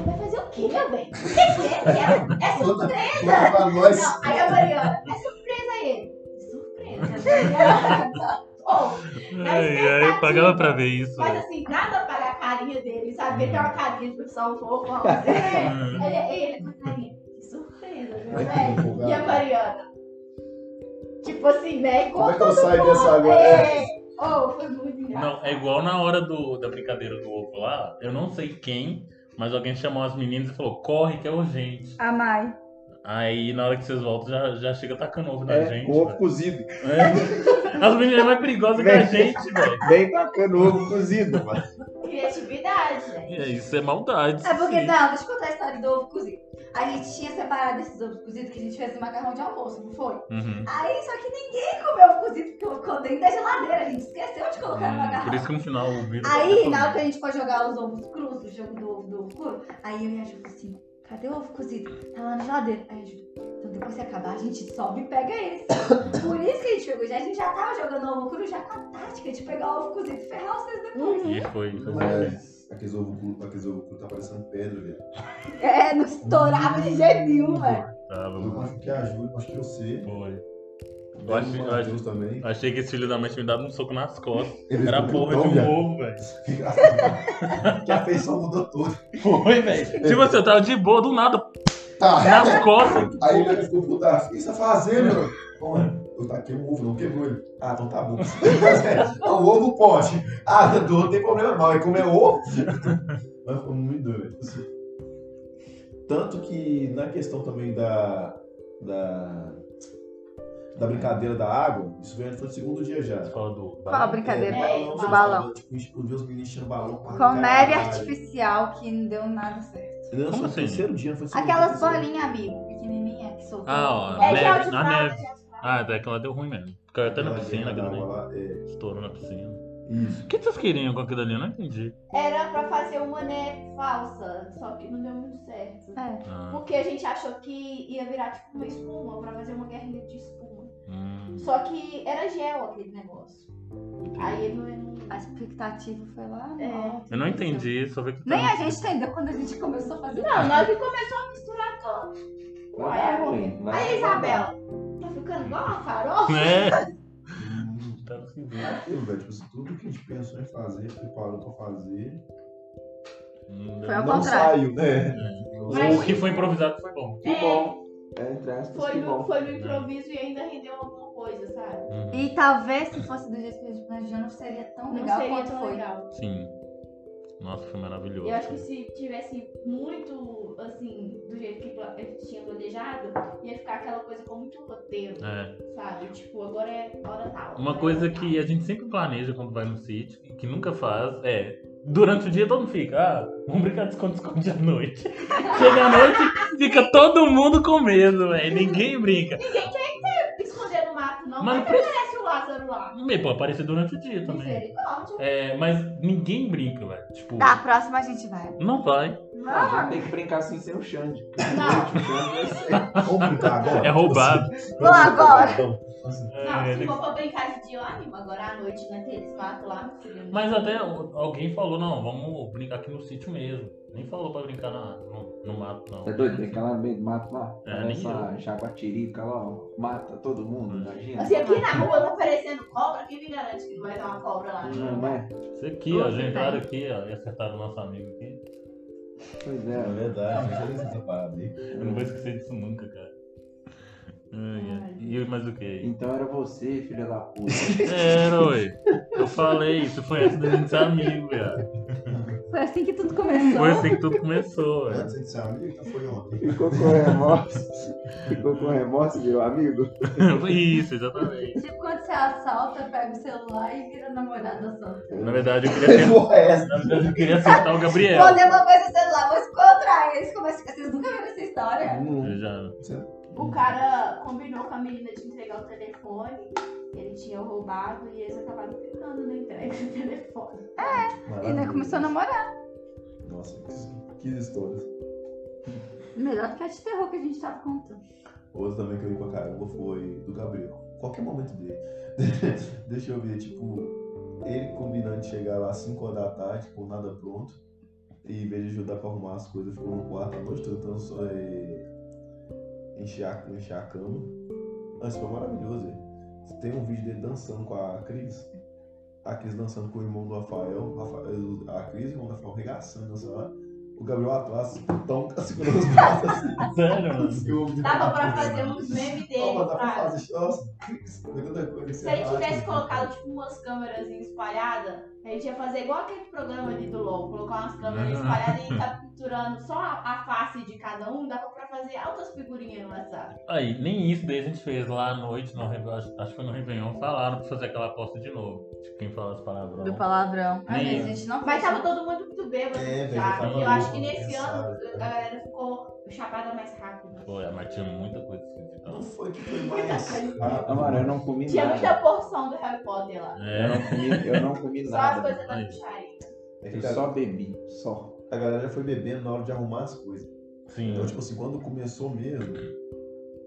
Speaker 3: Vai fazer o quê, meu bem? O que que é? que é? É surpresa!
Speaker 2: Conta pra nós.
Speaker 3: Não, aí a Mariana, é surpresa aí ele. Surpresa. Oh,
Speaker 1: Ai, ai, pagava pra ver isso.
Speaker 3: Mas
Speaker 1: velho.
Speaker 3: assim, nada para a carinha dele, sabe? Ele tem uma carinha de profissão um pouco, ó, assim.
Speaker 1: Hum.
Speaker 3: Ele, ele, ele, com a carinha, que surpresa, viu,
Speaker 2: Ai, que
Speaker 3: velho? E a
Speaker 2: empolgado.
Speaker 3: Mariana? Tipo assim, né?
Speaker 2: Como é que
Speaker 3: Igual
Speaker 2: eu saio dessa água?
Speaker 3: é. Oh, foi muito engraçado.
Speaker 1: Não, é igual na hora do, da brincadeira do ovo lá. Eu não sei quem, mas alguém chamou as meninas e falou: corre que é urgente.
Speaker 6: A Mai.
Speaker 1: Aí na hora que vocês voltam, já, já chega tacando ovo na
Speaker 4: É,
Speaker 1: gente.
Speaker 4: o ovo
Speaker 1: velho.
Speaker 4: cozido.
Speaker 1: É. As meninas é mais perigosas que a gente, velho.
Speaker 4: Vem tacando ovo cozido, mano.
Speaker 3: Criatividade, né?
Speaker 1: É, Isso é maldade.
Speaker 5: É porque,
Speaker 1: sim.
Speaker 5: não, deixa eu contar a história do ovo cozido. A gente tinha separado esses ovos cozidos que a gente fez no macarrão de almoço, não foi?
Speaker 1: Uhum.
Speaker 5: Aí, só que ninguém comeu ovo cozido porque ficou dentro da geladeira. A gente esqueceu de colocar no
Speaker 1: Hum,
Speaker 5: macarrão.
Speaker 1: por isso que no final o vírus.
Speaker 5: Aí, na hora que a gente foi jogar os ovos crus do jogo do ovo do ovo cru, aí eu e a Ju falou assim, cadê o ovo cozido? Tá lá na geladeira. Aí a Ju, então depois que acabar, a gente sobe e pega esse. Por isso que a gente pegou, já, a gente já tava jogando ovo cru já com a tática de pegar o ovo cozido e ferrar vocês depois.
Speaker 1: E foi. foi né?
Speaker 2: Mas aqueles ovos cru, aqueles ovos cru tá parecendo pedra, velho.
Speaker 5: É, não estourava de jeito nenhum,
Speaker 1: Uhum.
Speaker 5: velho.
Speaker 2: Eu
Speaker 1: Tava,
Speaker 2: acho que a Ju, acho que você.
Speaker 1: foi. Eu acho- eu acho-
Speaker 2: Deus um também.
Speaker 1: Achei que esse filho da mãe tinha me dado um soco nas costas.
Speaker 2: Eles
Speaker 1: Era a
Speaker 2: ficam
Speaker 1: porra
Speaker 2: tão
Speaker 1: de um
Speaker 2: viado.
Speaker 1: ovo, velho.
Speaker 2: Que a feição mudou toda.
Speaker 1: Foi, velho. Tipo assim, eu tava de boa, do nada,
Speaker 2: Tá.
Speaker 1: nas costas.
Speaker 2: Aí ele ficou puta. O que você tá fazendo? Olha, eu taquei um ovo, não quebrou ele. Ah, então tá bom. Mas é, não, o ovo pode. Ah, não, não tem problema não. É comer ovo. Mas ficou muito doido. assim. Tanto que na questão também da. da. da brincadeira da água, isso vem foi no segundo dia já.
Speaker 1: Fala do.
Speaker 6: Qual a brincadeira?
Speaker 2: É,
Speaker 3: do
Speaker 2: vocês
Speaker 6: balão.
Speaker 2: estavam, Tipo, explodiu os meninos tirando balão pra
Speaker 1: Uhum.
Speaker 6: Com neve
Speaker 2: caralho.
Speaker 5: artificial que não deu nada certo.
Speaker 2: Não,
Speaker 1: Como
Speaker 2: foi o
Speaker 1: assim?
Speaker 2: terceiro dia, não foi o segundo
Speaker 5: Aquelas
Speaker 2: dia, foi o
Speaker 5: bolinhas, amigo, pequenininha que soltou.
Speaker 1: Ah, ó,
Speaker 3: É
Speaker 1: neve,
Speaker 3: que áudio
Speaker 1: na
Speaker 3: fala,
Speaker 1: neve.
Speaker 3: né?
Speaker 1: Ah, daí que ela deu ruim mesmo. Caiu até Tá na
Speaker 2: Aquela
Speaker 1: piscina, né?
Speaker 2: guerra
Speaker 1: aquilo
Speaker 2: da
Speaker 1: ali.
Speaker 2: água lá, é.
Speaker 1: Estourou na piscina.
Speaker 2: Isso.
Speaker 1: O que vocês queriam com aquilo ali? Eu não entendi.
Speaker 3: Era pra fazer uma neve falsa, só que não deu muito certo.
Speaker 6: É.
Speaker 1: Ah,
Speaker 3: Porque a gente achou que ia virar tipo uma espuma, pra fazer uma guerrinha de espuma.
Speaker 1: hum,
Speaker 3: Só que era gel aquele negócio.
Speaker 1: entendi.
Speaker 3: Aí ele não- é não
Speaker 5: A expectativa foi lá.
Speaker 3: É.
Speaker 5: alta,
Speaker 1: Eu não
Speaker 5: entendeu?
Speaker 1: entendi, só vi que.
Speaker 5: Nem a gente entendeu quando a gente começou a fazer.
Speaker 3: Não, nós que começou a misturar todo.
Speaker 4: Vai dar é ruim. vai
Speaker 3: Aí,
Speaker 4: dar
Speaker 3: Isabel, tá ficando igual uma farofa?
Speaker 1: É.
Speaker 2: Hum,
Speaker 1: Tá possível.
Speaker 2: Aquilo, velho, tipo, assim, tudo que a gente pensou em fazer, preparou pra fazer,
Speaker 1: Hum,
Speaker 5: É
Speaker 6: Foi ao
Speaker 2: não
Speaker 6: contrário.
Speaker 2: saiu, né?
Speaker 5: Hum.
Speaker 1: O que foi improvisado foi bom.
Speaker 4: Que bom. É, entre aspas,
Speaker 3: Foi
Speaker 4: que
Speaker 3: no,
Speaker 4: bom.
Speaker 3: foi
Speaker 1: né?
Speaker 3: no improviso e ainda rendeu alguma coisa, sabe?
Speaker 1: Uhum,
Speaker 5: E talvez se fosse do jeito que a gente planejou, não seria tão
Speaker 3: Não
Speaker 5: legal
Speaker 3: seria
Speaker 5: quanto
Speaker 3: tão
Speaker 5: foi.
Speaker 3: legal.
Speaker 1: Sim. Nossa, foi maravilhoso.
Speaker 3: Eu acho que se tivesse muito, assim, do jeito que pla- ele tinha planejado, ia ficar aquela coisa com muito roteiro,
Speaker 1: É.
Speaker 3: sabe? Tipo, agora é hora tal.
Speaker 1: Uma
Speaker 3: hora
Speaker 1: coisa
Speaker 3: tal.
Speaker 1: que a gente sempre planeja quando vai no sítio, e que nunca faz, é. Durante o dia todo mundo fica, ah, vamos brincar de esconde-esconde à noite. Chega à noite, fica todo mundo com medo, velho. Ninguém brinca.
Speaker 3: Ninguém quer ter- esconder no mato, não.
Speaker 1: Mas
Speaker 3: Mas aparece o Lázaro lá.
Speaker 1: Meio, pô, aparecer durante o dia também.
Speaker 3: Misericórdia.
Speaker 1: É, mas ninguém brinca, velho. Tipo,
Speaker 5: Tá, a próxima a gente vai.
Speaker 1: não vai.
Speaker 4: A gente tem que brincar assim sem ser o Xande. porque
Speaker 3: Ah. Não.
Speaker 4: o Xande vai ser-
Speaker 2: Vamos brincar agora?
Speaker 1: É roubado.
Speaker 2: Tipo assim,
Speaker 5: Vou
Speaker 2: tá
Speaker 5: agora.
Speaker 3: Não,
Speaker 1: É,
Speaker 3: se for pra brincar de dia, eu animo. Agora à noite, né, eles matam lá no filme.
Speaker 1: Mas até o- alguém falou, não, vamos brincar aqui no sítio mesmo. Nem falou pra brincar na- no, no mato, não.
Speaker 4: Tá doido? Brincar lá no meio do mato lá.
Speaker 1: É, nem
Speaker 4: Essa jaguatirica lá, ó, mata todo mundo, imagina.
Speaker 3: Assim, aqui na rua tá aparecendo cobra, quem me garante que não vai dar uma cobra lá?
Speaker 4: Não
Speaker 3: né?
Speaker 4: é?
Speaker 1: Isso aqui, ó, gente, olha aqui, ó, e acertaram o nosso amigo aqui.
Speaker 4: Pois
Speaker 2: É
Speaker 4: é.
Speaker 2: verdade, não sei se essa parada aí.
Speaker 1: Eu não vou esquecer disso nunca, cara. Ai, ai. E mais o que aí?
Speaker 4: Então era você, filha da puta.
Speaker 1: Era, ué. Eu falei, isso foi antes da gente ser amigo, viado.
Speaker 5: Foi assim que tudo começou.
Speaker 1: Foi assim que tudo começou, ué.
Speaker 2: Antes de ser amigo, então foi ontem.
Speaker 4: Ficou com remorso. Ficou com remorso, virou amigo.
Speaker 1: Foi Isso, exatamente.
Speaker 5: Tipo quando você assalta, pega o celular e vira namorada só.
Speaker 1: Na verdade, eu queria, tentar-
Speaker 2: Porra, é essa?
Speaker 1: na verdade, eu queria acertar o Gabriel.
Speaker 5: Vou devolver seu celular, vou encontrar. Eles começam. Vocês nunca viram essa história?
Speaker 2: Hum.
Speaker 1: Eu já-
Speaker 3: O cara combinou com a menina de entregar o telefone, ele tinha roubado e eles acabaram ficando na entrega do telefone.
Speaker 5: E ainda começou a namorar.
Speaker 2: Nossa, que, que histórias.
Speaker 5: Melhor do que a de terror que a gente tava contando.
Speaker 2: Outra também que eu li pra caramba foi do Gabriel. Qualquer momento dele. Deixa eu ver, tipo, ele combinando de chegar lá às 5 horas da tarde com nada pronto. E em vez de ajudar pra arrumar as coisas, ficou no quarto a noite toda tentando só é, encher, a, encher a cama. Antes foi maravilhoso, velho. Tem um vídeo dele dançando com a Cris. A Cris dançando com o irmão do Rafael. Rafael- a Cris e o irmão do Rafael regaçando, né, sei lá. O Gabriel atrás, tão segurando os braços assim.
Speaker 1: Sério, mano.
Speaker 2: ciúme.
Speaker 3: Dava pra fazer uns memes dele,
Speaker 2: Ó, mas dá pra
Speaker 3: pra...
Speaker 2: fazer. Nossa, foi tanta coisa que
Speaker 3: Se a gente
Speaker 2: acha,
Speaker 3: tivesse
Speaker 2: né?
Speaker 3: colocado tipo umas câmeras espalhadas, a gente ia fazer igual aquele programa ali do LOL, colocar umas câmeras
Speaker 1: Uhum.
Speaker 3: espalhadas e tá capturando só a, a face de cada um, dava pra fazer altas figurinhas no WhatsApp.
Speaker 1: Aí, nem isso daí a gente fez lá à noite, no, Réve- acho acho que foi no Réveillon, falaram pra fazer aquela aposta de novo. Tipo, quem fala as palavrões.
Speaker 5: Do palavrão. Ah,
Speaker 1: Nem-
Speaker 5: mas a gente não
Speaker 3: Mas
Speaker 5: fez.
Speaker 3: tava todo mundo muito bêbado
Speaker 2: É, velho,
Speaker 3: já.
Speaker 2: tava
Speaker 3: E eu acho que
Speaker 2: louco,
Speaker 3: nesse
Speaker 2: cansado,
Speaker 3: ano
Speaker 2: cara.
Speaker 3: a galera ficou chapada mais rápido.
Speaker 1: Pô, é, mas tinha muita coisa assim, esquisita.
Speaker 2: Não foi que foi mais.
Speaker 4: Não, mano, eu não comi
Speaker 3: Tinha
Speaker 4: nada.
Speaker 3: muita porção do Harry Potter lá.
Speaker 4: Eu
Speaker 1: É,
Speaker 4: não comi, eu não comi
Speaker 3: Só as
Speaker 4: nada.
Speaker 3: coisas da
Speaker 1: Aí.
Speaker 3: puxaria.
Speaker 2: É
Speaker 4: Eu
Speaker 2: que a,
Speaker 4: só bebi, só.
Speaker 2: a galera foi bebendo na hora de arrumar as coisas.
Speaker 1: sim.
Speaker 2: Então, tipo assim, quando começou mesmo,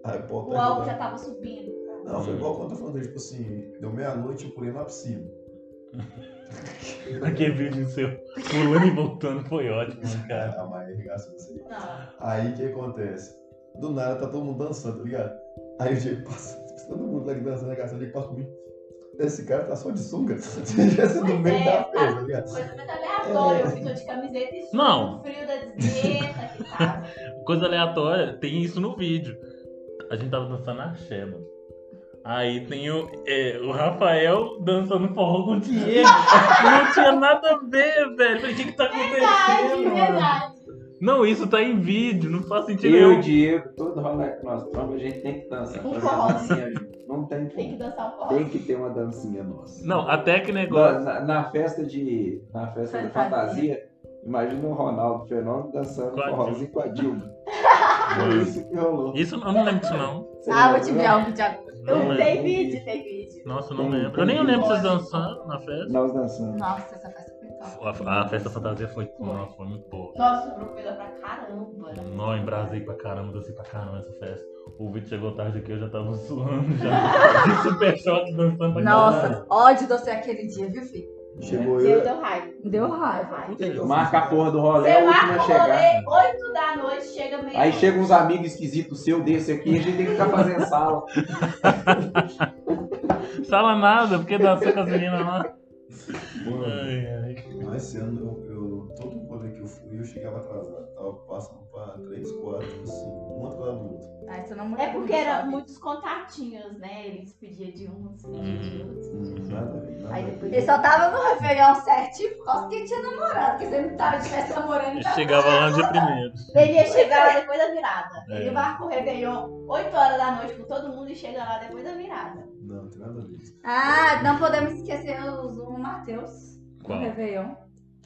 Speaker 2: a
Speaker 3: O
Speaker 2: hipótese.
Speaker 3: álcool já tava subindo.
Speaker 2: Não, foi igual quando eu tô falando, tipo assim, deu meia-noite eu pulei na piscina.
Speaker 1: Aquele vídeo seu pulando e voltando foi ótimo, né, cara.
Speaker 2: A Maia arregaçou isso aí.
Speaker 3: Não.
Speaker 2: Aí o que acontece? Do nada tá todo mundo dançando, tá ligado? Aí o Diego passa, todo mundo lá que dançando, arregaçando, o Diego passa comigo. Esse cara tá só de sunga. Esse no
Speaker 3: Pois
Speaker 2: meio
Speaker 3: é,
Speaker 2: da
Speaker 3: cara.
Speaker 2: festa, tá ligado?
Speaker 3: Coisa muito aleatória. Eu fico de camiseta e
Speaker 1: Não.
Speaker 3: o frio da desgreta que tava.
Speaker 1: Coisa aleatória, tem isso no vídeo. A gente tava dançando axé, mano. Aí tem o, é, o Rafael dançando forró com o Diego. Não tinha nada a ver, velho. Falei, O que que tá
Speaker 3: Verdade,
Speaker 1: acontecendo, mano?
Speaker 3: verdade.
Speaker 1: Não, isso tá em vídeo, não faz sentido
Speaker 4: Eu,
Speaker 1: nenhum.
Speaker 4: Diego, todo rolê que nós estamos, a gente tem que dançar.
Speaker 3: Um
Speaker 4: Fazer
Speaker 3: forró.
Speaker 4: dancinha junto. Não tem
Speaker 3: Tem que
Speaker 4: como.
Speaker 3: dançar um o forró.
Speaker 4: Tem que ter uma dancinha nossa.
Speaker 1: Não, até que negócio.
Speaker 4: Na, na- na festa de. Na festa da
Speaker 5: Fantasia.
Speaker 4: fantasia, imagina o Ronaldo Fenômeno dançando
Speaker 1: Com a
Speaker 4: forrozinho com a Dilma.
Speaker 1: Mano.
Speaker 4: Foi isso que rolou.
Speaker 1: Isso eu não lembro disso, não.
Speaker 4: Você
Speaker 5: Ah, vou
Speaker 4: lembra?
Speaker 5: te
Speaker 4: né?
Speaker 5: enviar um vídeo agora.
Speaker 1: não
Speaker 3: Eu
Speaker 1: lembro.
Speaker 3: tem vídeo, tem vídeo.
Speaker 1: Nossa, eu não
Speaker 4: Tem-
Speaker 1: lembro.
Speaker 4: tem
Speaker 1: Eu nem
Speaker 4: vídeo.
Speaker 1: lembro vocês dançando na festa.
Speaker 4: Nós dançando.
Speaker 5: Nossa, essa festa foi top.
Speaker 1: A, a festa fantasia foi, nossa, foi muito boa.
Speaker 3: Nossa, sobrou coisa pra caramba.
Speaker 1: Nó, embrasei pra caramba, dancei pra caramba essa festa. O vídeo chegou tarde aqui, eu já tava suando já. De super choque dançando pra caramba.
Speaker 5: Nossa, ódio de você aquele dia, viu, filho?
Speaker 2: Chegou
Speaker 3: Deu,
Speaker 2: eu.
Speaker 3: deu raiva.
Speaker 5: Deu raiva.
Speaker 1: Puta que-
Speaker 4: Marca a porra do rolê, é
Speaker 3: Você
Speaker 4: a última a
Speaker 3: marca o
Speaker 4: chegar.
Speaker 3: rolê, 8 da noite, chega meio.
Speaker 4: Aí chega uns amigos esquisitos seu desse aqui e a gente tem que ficar fazendo sala.
Speaker 1: Sala nada, porque dançou com as meninas lá.
Speaker 2: Mano,
Speaker 1: Ai, ai.
Speaker 2: mas esse ano eu, eu- todo rolê que eu fui, eu chegava atrasado. Tava passando pra 3, 4, 5, um atrás do outro.
Speaker 5: Ah, isso não muda
Speaker 3: É porque
Speaker 5: muito,
Speaker 3: eram
Speaker 5: sabe?
Speaker 3: muitos contatinhos, né? Eles pediam de uns, pediam
Speaker 4: Uhum.
Speaker 3: de outros.
Speaker 2: Nada a ver, nada
Speaker 3: Aí
Speaker 2: a
Speaker 3: depois-
Speaker 5: Ele
Speaker 2: ver.
Speaker 5: só tava no refeião certinho por causa que tinha namorado. Porque se ele não tava, tivesse namorando,
Speaker 1: Eu
Speaker 5: ele tava...
Speaker 1: chegava lá no dia primeiro.
Speaker 3: Ele ia chegar lá depois da virada.
Speaker 1: É.
Speaker 3: Ele marca o Réveillon 8 horas da noite com todo mundo e chega lá depois da virada.
Speaker 2: Não, não tem nada a ver.
Speaker 5: Ah, não podemos esquecer o Zoom Matheus.
Speaker 1: Qual?
Speaker 5: No Réveillon.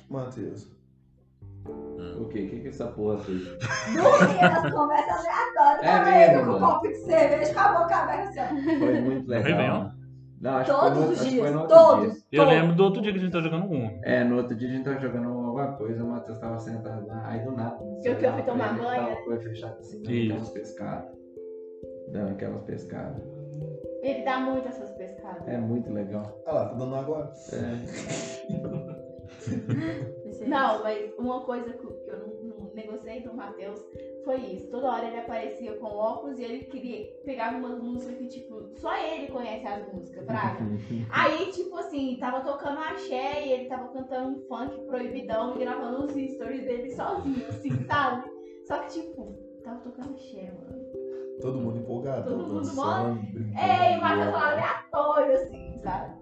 Speaker 2: Matheus,
Speaker 1: Ah.
Speaker 4: O quê? O que que essa porra fez?
Speaker 5: Dormia nas conversas aleatórias.
Speaker 4: É
Speaker 5: Tava ele
Speaker 4: mesmo,
Speaker 5: com um
Speaker 4: mano.
Speaker 5: copo de cerveja, com a boca aberta assim.
Speaker 4: Foi muito legal.
Speaker 1: Réveillon?
Speaker 4: Não, acho que foi no-
Speaker 5: Todos
Speaker 4: acho
Speaker 5: os
Speaker 4: que foi
Speaker 5: dias,
Speaker 4: no
Speaker 5: todos.
Speaker 4: outro dia.
Speaker 1: Eu
Speaker 5: todos.
Speaker 1: lembro do outro dia que a gente tá jogando um.
Speaker 4: É, no outro dia a gente tava jogando alguma coisa, o Matheus tava sentado lá, aí do nada. não sei
Speaker 3: Eu que eu
Speaker 4: lá,
Speaker 3: fui tomar
Speaker 4: ele
Speaker 3: banho.
Speaker 4: tava com o olho fechado assim, dando
Speaker 1: Isso.
Speaker 4: aquelas pescadas. Dando aquelas pescadas.
Speaker 3: Ele dá muito essas pescadas.
Speaker 4: É muito legal.
Speaker 2: olha lá, tá dando agora.
Speaker 4: É.
Speaker 3: Não, mas uma coisa que eu- que eu não, não negociei do Matheus foi isso. Toda hora ele aparecia com óculos e ele queria pegar umas músicas que, tipo, só ele conhece as músicas, praga. Aí, tipo assim, tava tocando axé e ele tava cantando um funk proibidão e gravando os stories dele sozinho, assim, sabe? Só que, tipo, tava tocando axé, mano.
Speaker 2: Todo mundo empolgado,
Speaker 3: Todo mundo
Speaker 2: dançando, brincando.
Speaker 3: Ei, o Matheus lá aleatório, assim, sabe?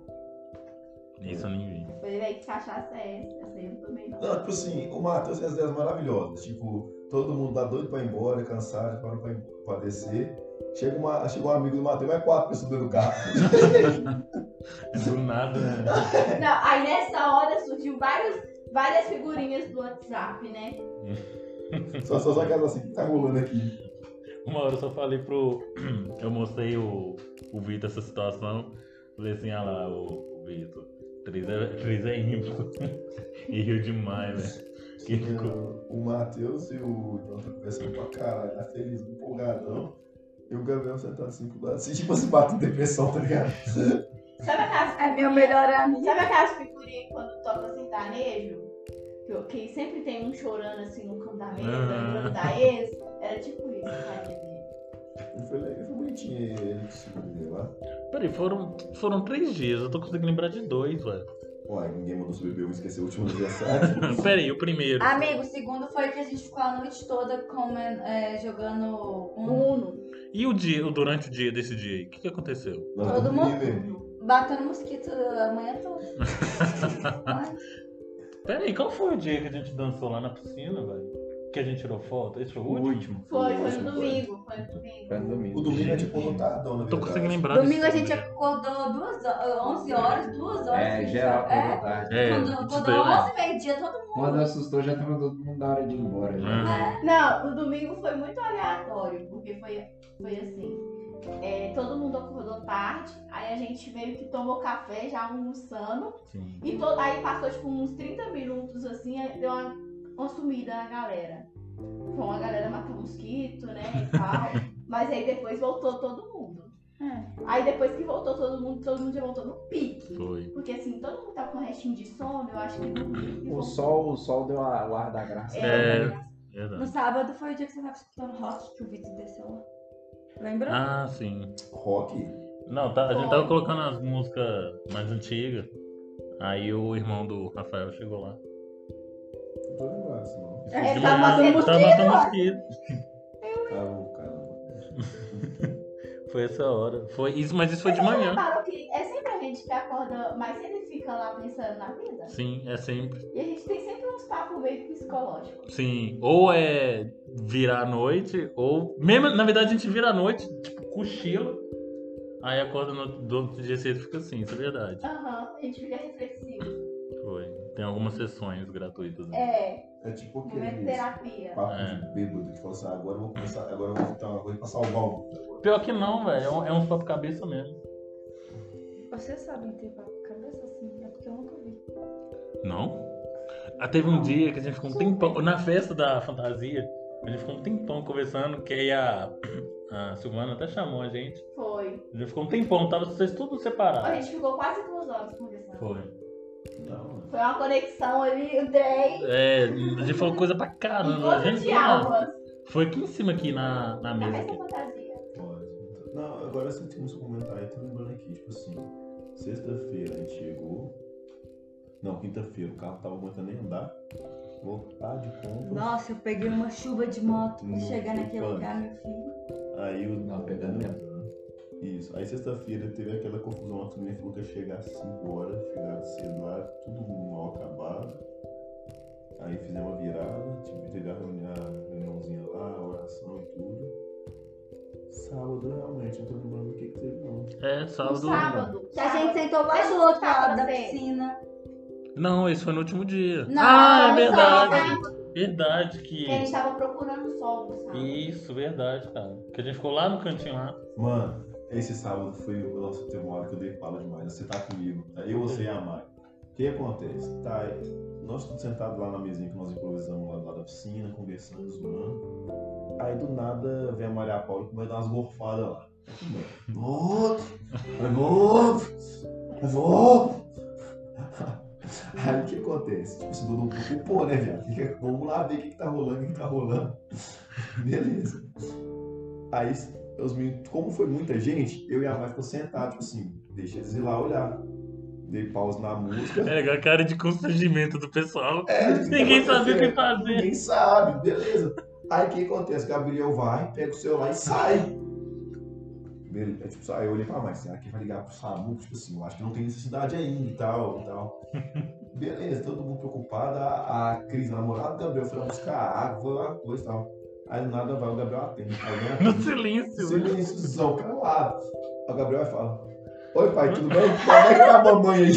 Speaker 1: Isso eu nem vi.
Speaker 3: Eu Falei, véi, que cachaça é essa? Essa aí eu não tomei, não.
Speaker 2: Não, tipo assim, o Matheus tem as ideias maravilhosas. Tipo, todo mundo tá doido pra ir embora, cansado, para pra, pra descer. Chega, uma, chega um amigo do Matheus, mais quatro pessoas dentro do carro.
Speaker 1: Do nada, né?
Speaker 3: Não, aí nessa hora surgiu vários, várias figurinhas do WhatsApp, né?
Speaker 2: Só, só, só aquelas assim, o que tá rolando aqui?
Speaker 1: Uma hora eu só falei pro. Eu mostrei o, o Vitor essa situação. Falei assim, ah lá, o, o Vitor. Tris é, Tris é ímpio. E riu demais, né? velho. Que
Speaker 2: Tinha
Speaker 1: ficou-
Speaker 2: o Matheus e o João tá conversando pra caralho, tá feliz, empolgadão. E o Gabriel sentado assim pro lado, assim, tipo assim, batendo depressão, tá ligado?
Speaker 3: Sabe aquelas
Speaker 6: É meu melhor amigo.
Speaker 3: Sabe aquelas figurinhas quando toca assim sertanejo? Que, eu- que sempre tem um chorando assim no canto da mesa,
Speaker 1: Ah.
Speaker 3: no canto da ex? Era tipo isso, tadinha dele.
Speaker 2: E foi, legal, "É, foi bonitinho ele com o sobrinho lá.
Speaker 1: Peraí, foram, foram três dias, eu tô conseguindo lembrar de dois, velho.
Speaker 2: Uai, ninguém mandou subir eu esqueci o último aniversário.
Speaker 1: Peraí, o primeiro.
Speaker 5: Amigo, o segundo foi que a gente ficou a noite toda comen- é, jogando um,
Speaker 3: Uno.
Speaker 1: E o dia, o- durante o dia desse dia aí? O que, que aconteceu?
Speaker 2: Nós
Speaker 5: Todo
Speaker 2: vamos
Speaker 5: mundo-
Speaker 2: viver.
Speaker 5: batendo mosquito a manhã toda. Ai,
Speaker 1: Peraí, qual foi o dia que a gente dançou lá na piscina, velho? Que a gente tirou foto? Esse foi o
Speaker 4: O
Speaker 1: último?
Speaker 4: último.
Speaker 3: Foi, foi
Speaker 2: Foi.
Speaker 3: no domingo, foi no domingo.
Speaker 4: Foi no domingo.
Speaker 2: O domingo é
Speaker 4: Gente,
Speaker 2: tipo lotadão, na verdade.
Speaker 1: Tô conseguindo lembrar
Speaker 5: Domingo
Speaker 1: desse
Speaker 5: a gente
Speaker 1: dia.
Speaker 5: acordou duas horas, 11 horas, 2 horas.
Speaker 4: É,
Speaker 5: assim,
Speaker 4: geral,
Speaker 5: sabe?
Speaker 4: é.
Speaker 5: é.
Speaker 4: tarde.
Speaker 1: É,
Speaker 5: Quando,
Speaker 1: isso
Speaker 5: quando
Speaker 1: daí, né?
Speaker 5: 11 meio-dia, todo mundo.
Speaker 4: Quando assustou, já tava todo mundo da hora de ir embora. Já.
Speaker 1: Aham.
Speaker 3: Não, o domingo foi muito aleatório, porque foi, foi assim. é, todo mundo acordou tarde, aí a gente meio que tomou café já almoçando.
Speaker 1: Sim.
Speaker 3: E to- aí passou tipo uns 30 minutos assim, aí deu uma, uma sumida na galera. Bom, a galera matou mosquito, né? E tal. Mas aí depois voltou todo mundo.
Speaker 5: É.
Speaker 3: Aí depois que voltou todo mundo, todo mundo já voltou no pique.
Speaker 1: Foi.
Speaker 3: Porque assim, todo mundo tava com restinho de sono, eu acho que no pique.
Speaker 4: O
Speaker 3: voltou.
Speaker 4: sol, o sol deu a- o ar da graça.
Speaker 1: É.
Speaker 3: É,
Speaker 5: No
Speaker 1: Verdade.
Speaker 5: sábado foi o dia que você tava escutando rock que o Vitor desceu lá. Lembrou?
Speaker 1: Ah, sim.
Speaker 2: Rock.
Speaker 1: Não, tá- a gente
Speaker 3: Foi.
Speaker 1: tava colocando as músicas mais antigas. Aí o irmão do Rafael chegou lá.
Speaker 2: Não tô assim, lembrado disso, não.
Speaker 3: É,
Speaker 1: De
Speaker 3: tá
Speaker 1: manhã,
Speaker 3: matando
Speaker 1: tá matando mosquito.
Speaker 2: Ah, o cara.
Speaker 1: Foi essa hora. Foi isso, mas isso foi de
Speaker 3: Você
Speaker 1: manhã.
Speaker 3: reparou que é sempre a gente que acorda mais cedo e fica lá pensando na vida?
Speaker 1: Sim, é sempre.
Speaker 3: E a gente tem sempre uns papos meio psicológicos.
Speaker 1: Sim. Ou é virar à noite, ou. Mesmo, na verdade, a gente vira à noite, tipo, cochila. Aí acorda no outro- do outro dia cedo e fica assim, isso é verdade.
Speaker 3: Aham, a gente fica reflexivo.
Speaker 1: Foi. Tem algumas sessões gratuitas. né?
Speaker 3: É,
Speaker 2: É tipo
Speaker 3: momento de
Speaker 2: aquele
Speaker 3: terapia.
Speaker 2: papo
Speaker 1: É.
Speaker 2: de bêbado que fala assim, ah, agora eu vou começar, agora eu vou contar uma coisa pra salvar o mundo.
Speaker 1: Pior que não, velho. É um, é um papo cabeça mesmo.
Speaker 5: Vocês sabem ter cabeça assim, é porque eu nunca vi.
Speaker 1: Não? Ah, teve um dia que a gente ficou um tempão. Na festa da fantasia, a gente ficou um tempão conversando, que aí a, a Silvana até chamou a gente.
Speaker 3: Foi.
Speaker 1: A gente ficou um tempão, tava vocês tudo
Speaker 3: A
Speaker 1: separados.
Speaker 3: gente ficou quase duas horas conversando. Foi,
Speaker 1: Foi.
Speaker 2: Não,
Speaker 3: uma conexão ali, o trem.
Speaker 1: É, a gente falou coisa pra caramba. A
Speaker 3: Encontro
Speaker 1: gente
Speaker 3: de Tá almas.
Speaker 1: foi aqui em cima, aqui na, na
Speaker 3: Na
Speaker 1: mesa.
Speaker 3: festa
Speaker 1: Aqui.
Speaker 3: fantasia.
Speaker 2: pode. Não, agora você tem uns comentários, tô lembrando aqui, tipo assim, sexta-feira a gente chegou. Não, quinta-feira, o carro tava aguentando nem andar. Vontade de compra.
Speaker 5: Nossa, eu peguei uma chuva de moto pra
Speaker 2: Nossa,
Speaker 5: chegar naquele
Speaker 2: pano.
Speaker 5: lugar, meu filho.
Speaker 2: Aí o.
Speaker 4: Não, pegando mesmo.
Speaker 2: Isso. Aí sexta-feira teve aquela confusão lá também, falou que ia chegar às 5 horas, chegar cedo lá, tudo mal acabado. Aí fizemos uma virada, tive teve a reuni- a reuniãozinha lá, a oração e tudo. Sábado realmente, não tô lembrando o que, que teve não.
Speaker 1: É,
Speaker 3: No
Speaker 1: sábado.
Speaker 3: sábado.
Speaker 5: Que a gente sentou lá
Speaker 3: Deixa
Speaker 5: do
Speaker 3: eu
Speaker 5: outro
Speaker 3: contar pra
Speaker 5: lado da
Speaker 3: vocês.
Speaker 5: piscina.
Speaker 1: Não, esse foi no último dia.
Speaker 5: Não,
Speaker 1: ah, é
Speaker 5: no
Speaker 1: verdade.
Speaker 3: sábado. tá-
Speaker 1: Verdade que.
Speaker 3: Que a gente tava procurando sol no sábado.
Speaker 1: Isso, verdade, cara. Que a gente ficou lá no cantinho lá.
Speaker 2: Mano, esse sábado foi. Nossa, teve uma hora que eu dei fala demais. Você tá comigo. tá? Eu, você e a Mari. O que acontece? Tá, nós todos sentados lá na mesinha que nós improvisamos lá do lado da piscina, conversando, zoando. Aí do nada vem a Maria Paula e vai dar umas gorfadas lá. Morto! é Morto! é Morto! Aí o que acontece? Tipo, se todo mundo preocupou, né, viado? Fica, Vamos lá ver o que, que tá rolando, o que, que tá rolando. Beleza. Aí os meninos, como foi muita gente, eu e a Mai ficou sentado, tipo assim, deixa eles ir lá olhar. Dei pausa na música.
Speaker 1: É, a cara de constrangimento do pessoal.
Speaker 2: É,
Speaker 1: Ninguém
Speaker 2: tá
Speaker 1: sabia o que
Speaker 2: acontecendo.
Speaker 1: fazer.
Speaker 2: Ninguém sabe, beleza. Aí o que acontece? Gabriel vai, pega o celular e sai. Beleza, tipo, só- aí eu olhei pra mais, será que vai ligar pro SAMU? Tipo assim, eu acho que não tem necessidade ainda e tal, e tal. Beleza, todo mundo preocupado, a, a Cris, a namorada do Gabriel, foi lá buscar água, coisa e tal. Aí do nada vai o Gabriel atende, alguém
Speaker 1: No
Speaker 2: atende.
Speaker 1: silêncio.
Speaker 2: Silênciozão, calado. Aí o Gabriel fala, oi pai, tudo bem? Como é que tá a mamãe aí?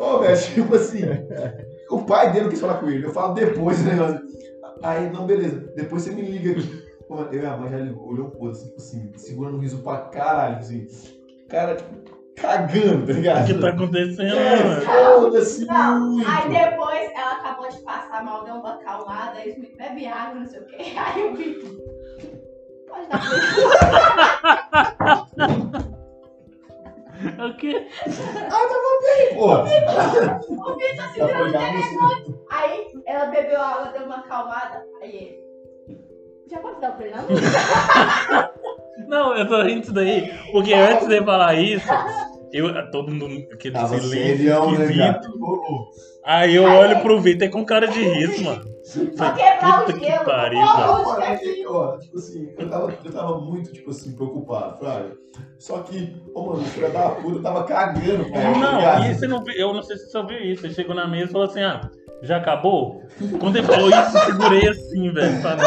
Speaker 2: Ô, velho, tipo assim, o pai dele quis falar com ele, eu falo depois, né? Aí, não, beleza, depois você me liga aqui. Pô, Eu e a mãe já ligou, olhou pro outro, tipo assim, segurando o riso pra caralho, assim. Cara, tipo, cagando, tá
Speaker 1: O
Speaker 2: ligado?
Speaker 1: que tá acontecendo,
Speaker 2: É,
Speaker 1: mano?
Speaker 2: foda-se
Speaker 3: Não,
Speaker 2: muito.
Speaker 3: Aí depois ela acabou de passar mal, deu um uma acalmada, aí me bebe água, não sei o quê. Aí eu vi. Pode dar pra
Speaker 1: É O quê?
Speaker 2: Porra,
Speaker 3: O Vitor
Speaker 2: tá
Speaker 3: segurando o
Speaker 2: ligado?
Speaker 3: telefone. Aí ela bebeu água, deu uma acalmada. Aí ele. Já pode dar o play na luz?
Speaker 1: Não, eu tô rindo disso daí. Porque antes de eu falar isso, eu, todo mundo. Aquele
Speaker 2: Tava
Speaker 1: silêncio
Speaker 2: serião, né,
Speaker 1: esquisito.
Speaker 2: cara? Ô,
Speaker 1: Aí eu olho pro Vitor com cara de riso, mano.
Speaker 3: Pra quebrar
Speaker 1: Puta
Speaker 3: o
Speaker 1: que
Speaker 3: gelo.
Speaker 1: pariu,
Speaker 3: Ô,
Speaker 1: cara.
Speaker 3: Lúcio,
Speaker 2: Mano,
Speaker 3: é
Speaker 2: é que, ó, tipo assim, eu tava, eu tava muito, tipo assim, preocupado, Fraga. Só que, ô, mano, filha da puta, eu tava cagando, cara. tá
Speaker 1: Não,
Speaker 2: ligado?
Speaker 1: e você não viu- eu não sei se você ouviu isso. Ele chegou na mesa e falou assim: ah, já acabou? Quando ele falou isso, eu segurei assim, velho. pra não-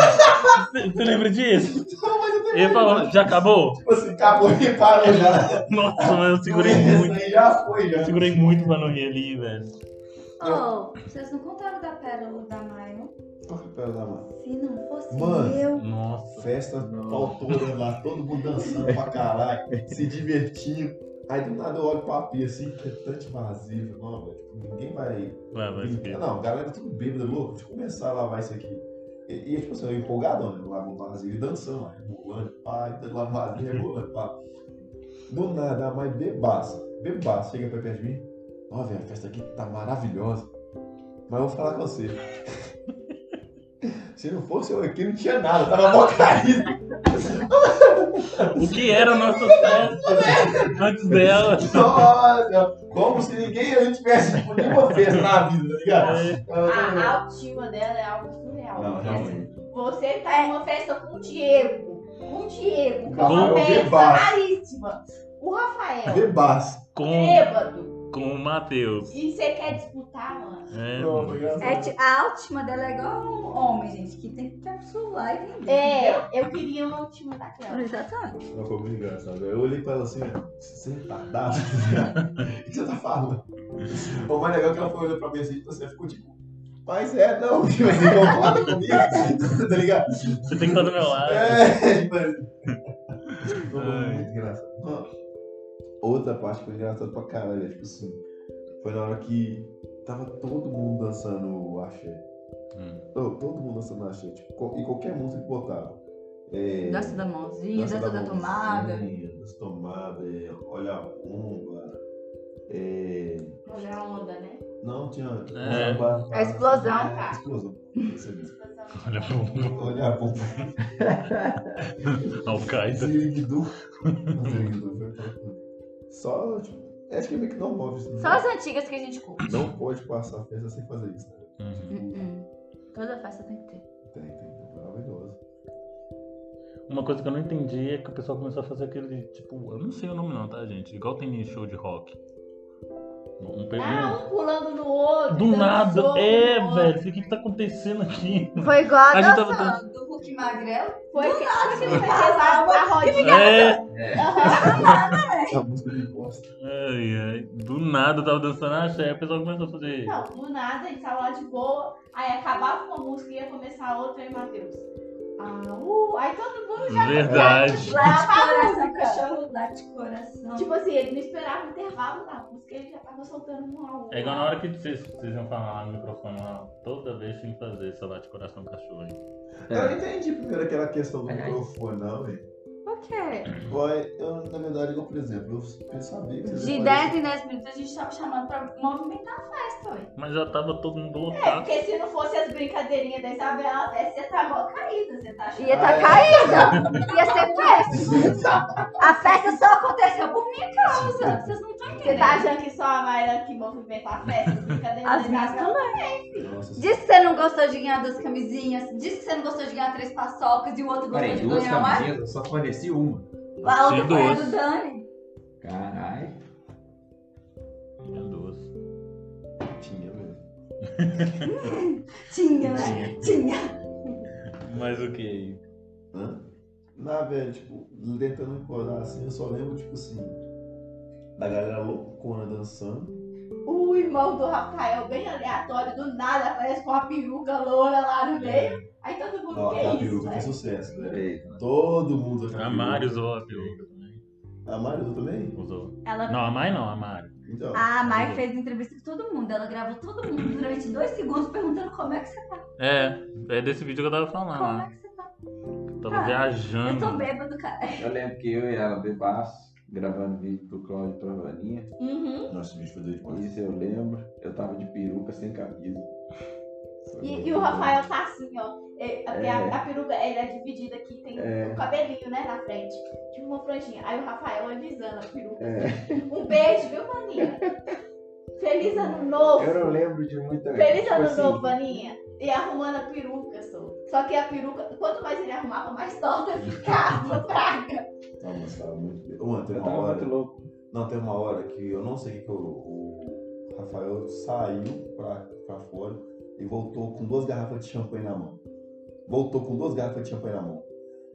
Speaker 1: Você você lembra disso?
Speaker 2: Não, mas eu também,
Speaker 1: Ele falou:
Speaker 2: mano.
Speaker 1: já acabou?
Speaker 2: Tipo assim, acabou e parou já.
Speaker 1: Nossa, mas eu segurei
Speaker 2: Essa
Speaker 1: muito.
Speaker 2: aí já foi, já.
Speaker 1: Eu segurei muito pra não rir ali, velho.
Speaker 5: Oh, vocês não contaram da pérola da Mai, não?
Speaker 2: Qual que é o pé da mão?
Speaker 5: Se não fosse
Speaker 2: Mano.
Speaker 5: eu.
Speaker 1: Nossa.
Speaker 2: Festa
Speaker 4: Não.
Speaker 2: pautora lá, todo mundo dançando pra caralho, se divertindo. Aí do nada eu olho pra pia assim, que é tanto vazio, velho. Não, velho, Tipo, ninguém vai
Speaker 1: Vai, vai,
Speaker 2: Brinca-
Speaker 1: esquece.
Speaker 2: Não, galera tudo bêbada, louco. Deixa eu começar a lavar isso aqui. E, e tipo assim, eu empolgadão, né? Lavo vazio e dançando, lá, rebolando, pá, tá e lavo vazio, rebolando, pá. Do nada, a mãe bebaça, bebaça, chega pra perto de mim. Ó, velho, a festa aqui tá maravilhosa. Mas eu vou falar com você. Se não fosse eu aqui, não tinha nada, tava mó caído.
Speaker 1: O que era a nossa festa antes dela?
Speaker 2: Nossa, como se ninguém antes tivesse tipo, nenhuma festa na vida, tá ligado?
Speaker 1: É.
Speaker 3: A autoestima dela é algo surreal.
Speaker 2: Não,
Speaker 3: porque
Speaker 2: realmente.
Speaker 3: assim, Você tá em uma festa com o Diego. Com o Diego, que é
Speaker 1: Bom,
Speaker 3: uma festa
Speaker 2: bebaço.
Speaker 3: raríssima. O Rafael,
Speaker 2: Bebaça.
Speaker 1: Com,
Speaker 3: bêbado.
Speaker 1: com o Matheus.
Speaker 3: E você quer disputar, mano?
Speaker 1: É,
Speaker 2: Não,
Speaker 1: mano.
Speaker 2: foi engraçado.
Speaker 5: É ti- a última dela é igual um homem, gente, que tem que capsular e vender.
Speaker 3: É, eu queria uma última daquela.
Speaker 5: Exatamente.
Speaker 2: Não foi muito engraçado. Eu olhei pra ela assim, você é retardado? o que você tá falando? O mais legal é que ela foi olhando pra mim assim, tipo, você ficou tipo, mas é, não, tipo assim, concorda comigo, tá ligado?
Speaker 1: Você tem que estar do meu lado.
Speaker 2: É, mas... Não, foi
Speaker 1: Ai.
Speaker 2: muito engraçado. Não. Outra parte que foi engraçada pra caralho, é, tipo assim, foi na hora que tava todo mundo dançando o axé.
Speaker 1: Hum.
Speaker 2: Não, todo mundo dançando o axé, tipo, qual- e qualquer música que botava. É...
Speaker 5: Dança da mãozinha, dança, da, tomada.
Speaker 2: Das tomadas, olha a bomba. É...
Speaker 3: Jogar onda, né?
Speaker 2: Não tinha.
Speaker 1: É.
Speaker 2: A
Speaker 5: A explosão,
Speaker 3: cara.
Speaker 2: Explosão. Isso mesmo.
Speaker 1: Olha um, pro
Speaker 2: Olha a bomba.
Speaker 1: Al-Qaeda.
Speaker 2: Ziriguidu. Ziriguidu, foi pra- Só, tipo, acho que é meio que não move isso. né?
Speaker 5: Só as antigas que a gente curte.
Speaker 2: Não pode passar a festa sem fazer isso. né?
Speaker 1: Uhum.
Speaker 5: Uh-uh. Toda festa tem que ter.
Speaker 2: Tem, tem, tem. Maravilhoso.
Speaker 1: Uma coisa que eu não entendi é que o pessoal começou a fazer aquele, tipo, eu não sei o nome não, tá, gente? Igual tem em show de rock. Um, pe-
Speaker 3: Ah,
Speaker 1: um-
Speaker 3: um pulando no outro.
Speaker 1: do
Speaker 3: dando
Speaker 1: nada,
Speaker 3: soco
Speaker 1: é,
Speaker 3: no outro.
Speaker 1: velho, o que que tá acontecendo aqui?
Speaker 5: Foi igual a,
Speaker 1: A gente
Speaker 5: dança
Speaker 1: tava dançando.
Speaker 5: do Hulk Magrelo.
Speaker 3: Foi que, foi que ele fez a, a rodinha.
Speaker 1: É,
Speaker 3: Aham.
Speaker 5: É.
Speaker 2: A música é de bosta.
Speaker 1: ai, ai, do nada eu tava dançando axé, o pessoal começou a fazer.
Speaker 3: Não, do nada, a gente tava lá de boa. Aí acabava com a música e ia começar outra, aí Matheus. Ah, uh, aí todo mundo já
Speaker 1: Verdade.
Speaker 3: já tava a
Speaker 5: Coração,
Speaker 3: música.
Speaker 5: cachorro lá de coração.
Speaker 3: Tipo assim, ele não esperava o intervalo da música, ele já tava soltando um a um.
Speaker 1: É igual na hora que vocês, vocês iam falar lá no microfone lá, toda vez tem que fazer, sei lá, de coração cachorro. hein?
Speaker 2: Eu não entendi primeiro aquela questão do
Speaker 4: Aliás.
Speaker 2: microfone, não, velho.
Speaker 5: Por quê?
Speaker 2: Boy, eu, na verdade, eu, por exemplo, eu sabia que
Speaker 5: De 10 em 10 minutos a gente tava chamando pra movimentar a festa, ué.
Speaker 1: Mas já tava todo mundo
Speaker 3: É,
Speaker 1: lotado.
Speaker 3: porque se não fosse as brincadeirinhas da Isabela, até você tá mó caída, você tá achando.
Speaker 5: Ia tá
Speaker 2: Ah, é.
Speaker 3: um
Speaker 5: caída! Ia ser péssimo! A festa só aconteceu por minha causa! Vocês não estão
Speaker 3: Você tá achando que só a Mayra que movimenta a festa? Brincadeira
Speaker 5: As
Speaker 3: de
Speaker 5: minhas
Speaker 3: nada.
Speaker 5: também.
Speaker 2: Nossa,
Speaker 5: Diz que você não gostou de ganhar duas camisinhas, diz que você não gostou de ganhar três paçocas e o outro gostou
Speaker 4: Peraí,
Speaker 5: de
Speaker 4: duas
Speaker 5: ganhar mais.
Speaker 4: camisinhas, eu só forneci uma.
Speaker 5: A outra
Speaker 1: Sim,
Speaker 5: foi a
Speaker 1: duas.
Speaker 5: do Dani.
Speaker 4: Caralho.
Speaker 1: Tinha duas.
Speaker 2: tinha mesmo.
Speaker 5: Tinha, né? Tinha.
Speaker 1: Mas o que?
Speaker 2: Hã? Na velho, tipo, tentando recordar assim, eu só lembro, tipo assim, da galera loucona dançando.
Speaker 3: O irmão do Rafael, bem aleatório, do nada, aparece com uma peruca loura lá no meio. Aí todo mundo,
Speaker 2: É. Ó,
Speaker 3: que
Speaker 2: a
Speaker 3: isso,
Speaker 2: peruca foi
Speaker 3: velho?
Speaker 2: sucesso, velho.
Speaker 4: Peraí.
Speaker 2: Todo mundo com
Speaker 1: A Mari usou a peruca também.
Speaker 2: A Mari usou também?
Speaker 1: Usou.
Speaker 5: Ela...
Speaker 1: Não, a Mari não, a Mari.
Speaker 2: Então.
Speaker 3: Ah,
Speaker 5: A Mai fez entrevista com todo mundo. Ela gravou todo mundo durante dois segundos perguntando como é que você tá.
Speaker 1: É, é desse vídeo que eu tava falando
Speaker 5: Como é
Speaker 1: lá.
Speaker 5: que você tá?
Speaker 1: Eu Tava
Speaker 5: Ah, Eu
Speaker 1: viajando.
Speaker 5: tô bêbado, cara.
Speaker 4: Eu lembro que eu e ela bebaço, gravando vídeo pro Cláudio Travaninha.
Speaker 3: Uhum.
Speaker 2: Nossa, esse vídeo foi doido demais.
Speaker 4: Isso eu lembro. Eu tava de peruca sem camisa.
Speaker 3: E, e o Rafael tá assim, ó. É, a-
Speaker 4: Uhum. É.
Speaker 3: A, a peruca ela é dividida aqui, tem
Speaker 4: É.
Speaker 3: um cabelinho, né, na frente. Tipo uma franjinha. Aí o Rafael avisando a peruca.
Speaker 4: É,
Speaker 3: Um beijo, viu, Maninha? Feliz ano novo!
Speaker 4: eu não lembro de muita
Speaker 3: Feliz
Speaker 4: tipo
Speaker 3: ano
Speaker 4: assim,
Speaker 3: novo, Aninha. E arrumando a peruca, só. Só que a peruca, quanto mais ele arrumava, mais torta ficava, praga.
Speaker 2: Tá, mas tava muito bem. Mano, teve
Speaker 4: Tipo assim, Eu
Speaker 2: uma
Speaker 4: tava
Speaker 2: hora.
Speaker 4: muito louco.
Speaker 2: Não, teve uma hora que eu não sei que o, o Rafael saiu pra, pra fora e voltou com duas garrafas de champanhe na mão. Voltou com duas garrafas de champanhe na mão.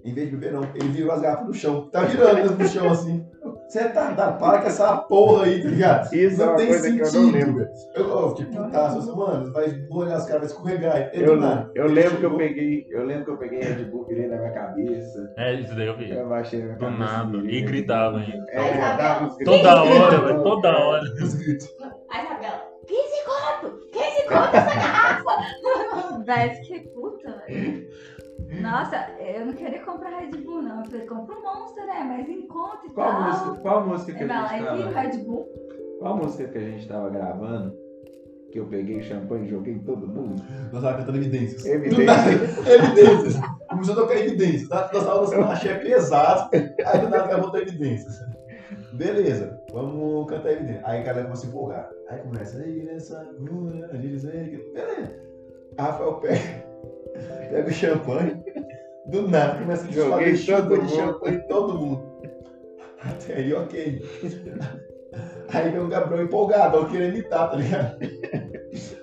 Speaker 2: Em vez de beber, não, ele virou as garrafas no chão. Tá virando elas no chão assim. Você é tardado, para com essa porra aí, tá ligado?
Speaker 4: Isso é
Speaker 2: não
Speaker 4: uma
Speaker 2: tem
Speaker 4: coisa que
Speaker 2: sentido.
Speaker 4: eu não lembro.
Speaker 2: Eu, eu fiquei putaço, eu falei, mano, vai molhar as caras, vai escorregar. É
Speaker 4: Eu, eu lembro que eu
Speaker 2: peguei.
Speaker 4: peguei, eu lembro que eu peguei Red Bull, virei na minha cabeça,
Speaker 1: É, isso daí eu vi.
Speaker 4: eu baixei na minha
Speaker 1: Do
Speaker 4: cabeça.
Speaker 1: nada.
Speaker 2: assim,
Speaker 4: virei.
Speaker 1: E
Speaker 2: né?
Speaker 1: gritava ainda.
Speaker 4: É,
Speaker 3: Mas,
Speaker 4: dava uns gritos.
Speaker 2: é,
Speaker 1: Toda hora, velho. Toda hora.
Speaker 2: Os gritos.
Speaker 3: A Isabela, 15 conto! 15 conto essa garrafa!
Speaker 5: Véi, fiquei puta, velho. Nossa, eu não queria comprar Red Bull, não. Eu falei, compra um Monster, né? Mas encontra e
Speaker 4: Qual
Speaker 5: tal.
Speaker 4: música, qual música que tá
Speaker 5: Aí
Speaker 4: a
Speaker 5: vai lá
Speaker 4: gente
Speaker 3: é
Speaker 5: e vira o
Speaker 4: tava?
Speaker 5: Red Bull.
Speaker 4: Qual música que a gente tava gravando? Que eu peguei champanhe e joguei em todo mundo?
Speaker 2: Nós tava cantando evidências.
Speaker 4: Evidências.
Speaker 2: Evidências. Começou a tocar evidências. Tá? Nós tava lançando axé pesado, aí do nada acabou a evidências. Beleza, vamos cantar evidências. Aí a galera começa a empolgar. Aí começa, aí nessa rua, a gente diz aí, que-" beleza. Rafael pega, pega o champanhe, do nada começa a
Speaker 4: Joguei
Speaker 2: desfazer chuva
Speaker 4: todo
Speaker 2: de
Speaker 4: mundo.
Speaker 2: champanhe em todo mundo. Até aí, ok. Aí vem o Gabriel empolgado, querendo imitar, tá ligado?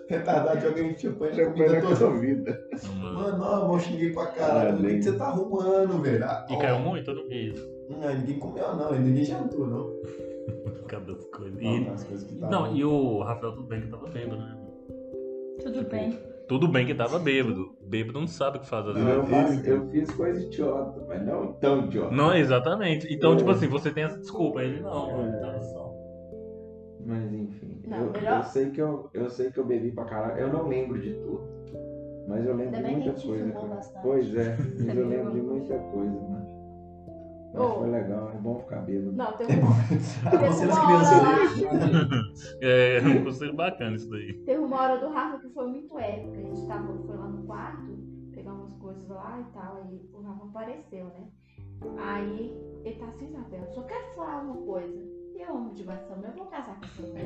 Speaker 2: Retardado, joga em champanhe na
Speaker 4: Champanhe
Speaker 2: comida
Speaker 4: na
Speaker 2: toda.
Speaker 4: sua vida.
Speaker 1: Mano.
Speaker 2: Mano, ó, eu xinguei pra caralho. O que que você tá arrumando, velho? Ah,
Speaker 1: E
Speaker 2: ó,
Speaker 1: caiu um muito, eu não vi isso.
Speaker 2: Não, ninguém comeu, não. Ninguém jantou, não.
Speaker 1: Cada coisa.
Speaker 2: Ah,
Speaker 1: E,
Speaker 2: tá, as coisas que tavam.
Speaker 1: não, e o Rafael, tudo bem que tava bêbado, né?
Speaker 5: Tudo bem.
Speaker 1: Tudo bem que tava bêbado. Bêbado não sabe o que fazer.
Speaker 2: Não,
Speaker 4: Eu, faço-
Speaker 2: esse-
Speaker 4: eu fiz coisa idiota, mas não tão idiota.
Speaker 1: Não, exatamente. Então,
Speaker 4: É.
Speaker 1: tipo assim, você tem essa desculpa. Ele não,
Speaker 4: É.
Speaker 1: ele tava só.
Speaker 4: Mas enfim,
Speaker 3: Não,
Speaker 4: eu,
Speaker 3: melhor-
Speaker 4: eu sei que eu, eu sei que eu bebi pra caralho. Eu não lembro de tudo. Mas eu lembro
Speaker 3: Ainda
Speaker 4: de
Speaker 3: bem que a
Speaker 4: muita
Speaker 3: gente
Speaker 4: coisa.
Speaker 3: filmou
Speaker 4: cara.
Speaker 3: bastante.
Speaker 4: Pois é, mas eu
Speaker 5: bebeu
Speaker 4: lembro de
Speaker 5: bastante.
Speaker 4: muita coisa, mano. Mas
Speaker 3: Ô.
Speaker 4: foi legal, é bom ficar bêbado.
Speaker 3: Não, tem um uma,
Speaker 2: Ah, você das crianças, né?
Speaker 1: É, é um conselho bacana isso daí.
Speaker 3: teve uma hora do Rafa que foi muito épica. A gente tava, foi lá no quarto, pegar umas coisas lá e tal. E o Rafa apareceu, né? Aí ele tá assim, Isabela, só quero te falar uma coisa. Eu amo de batom, eu vou casar com você.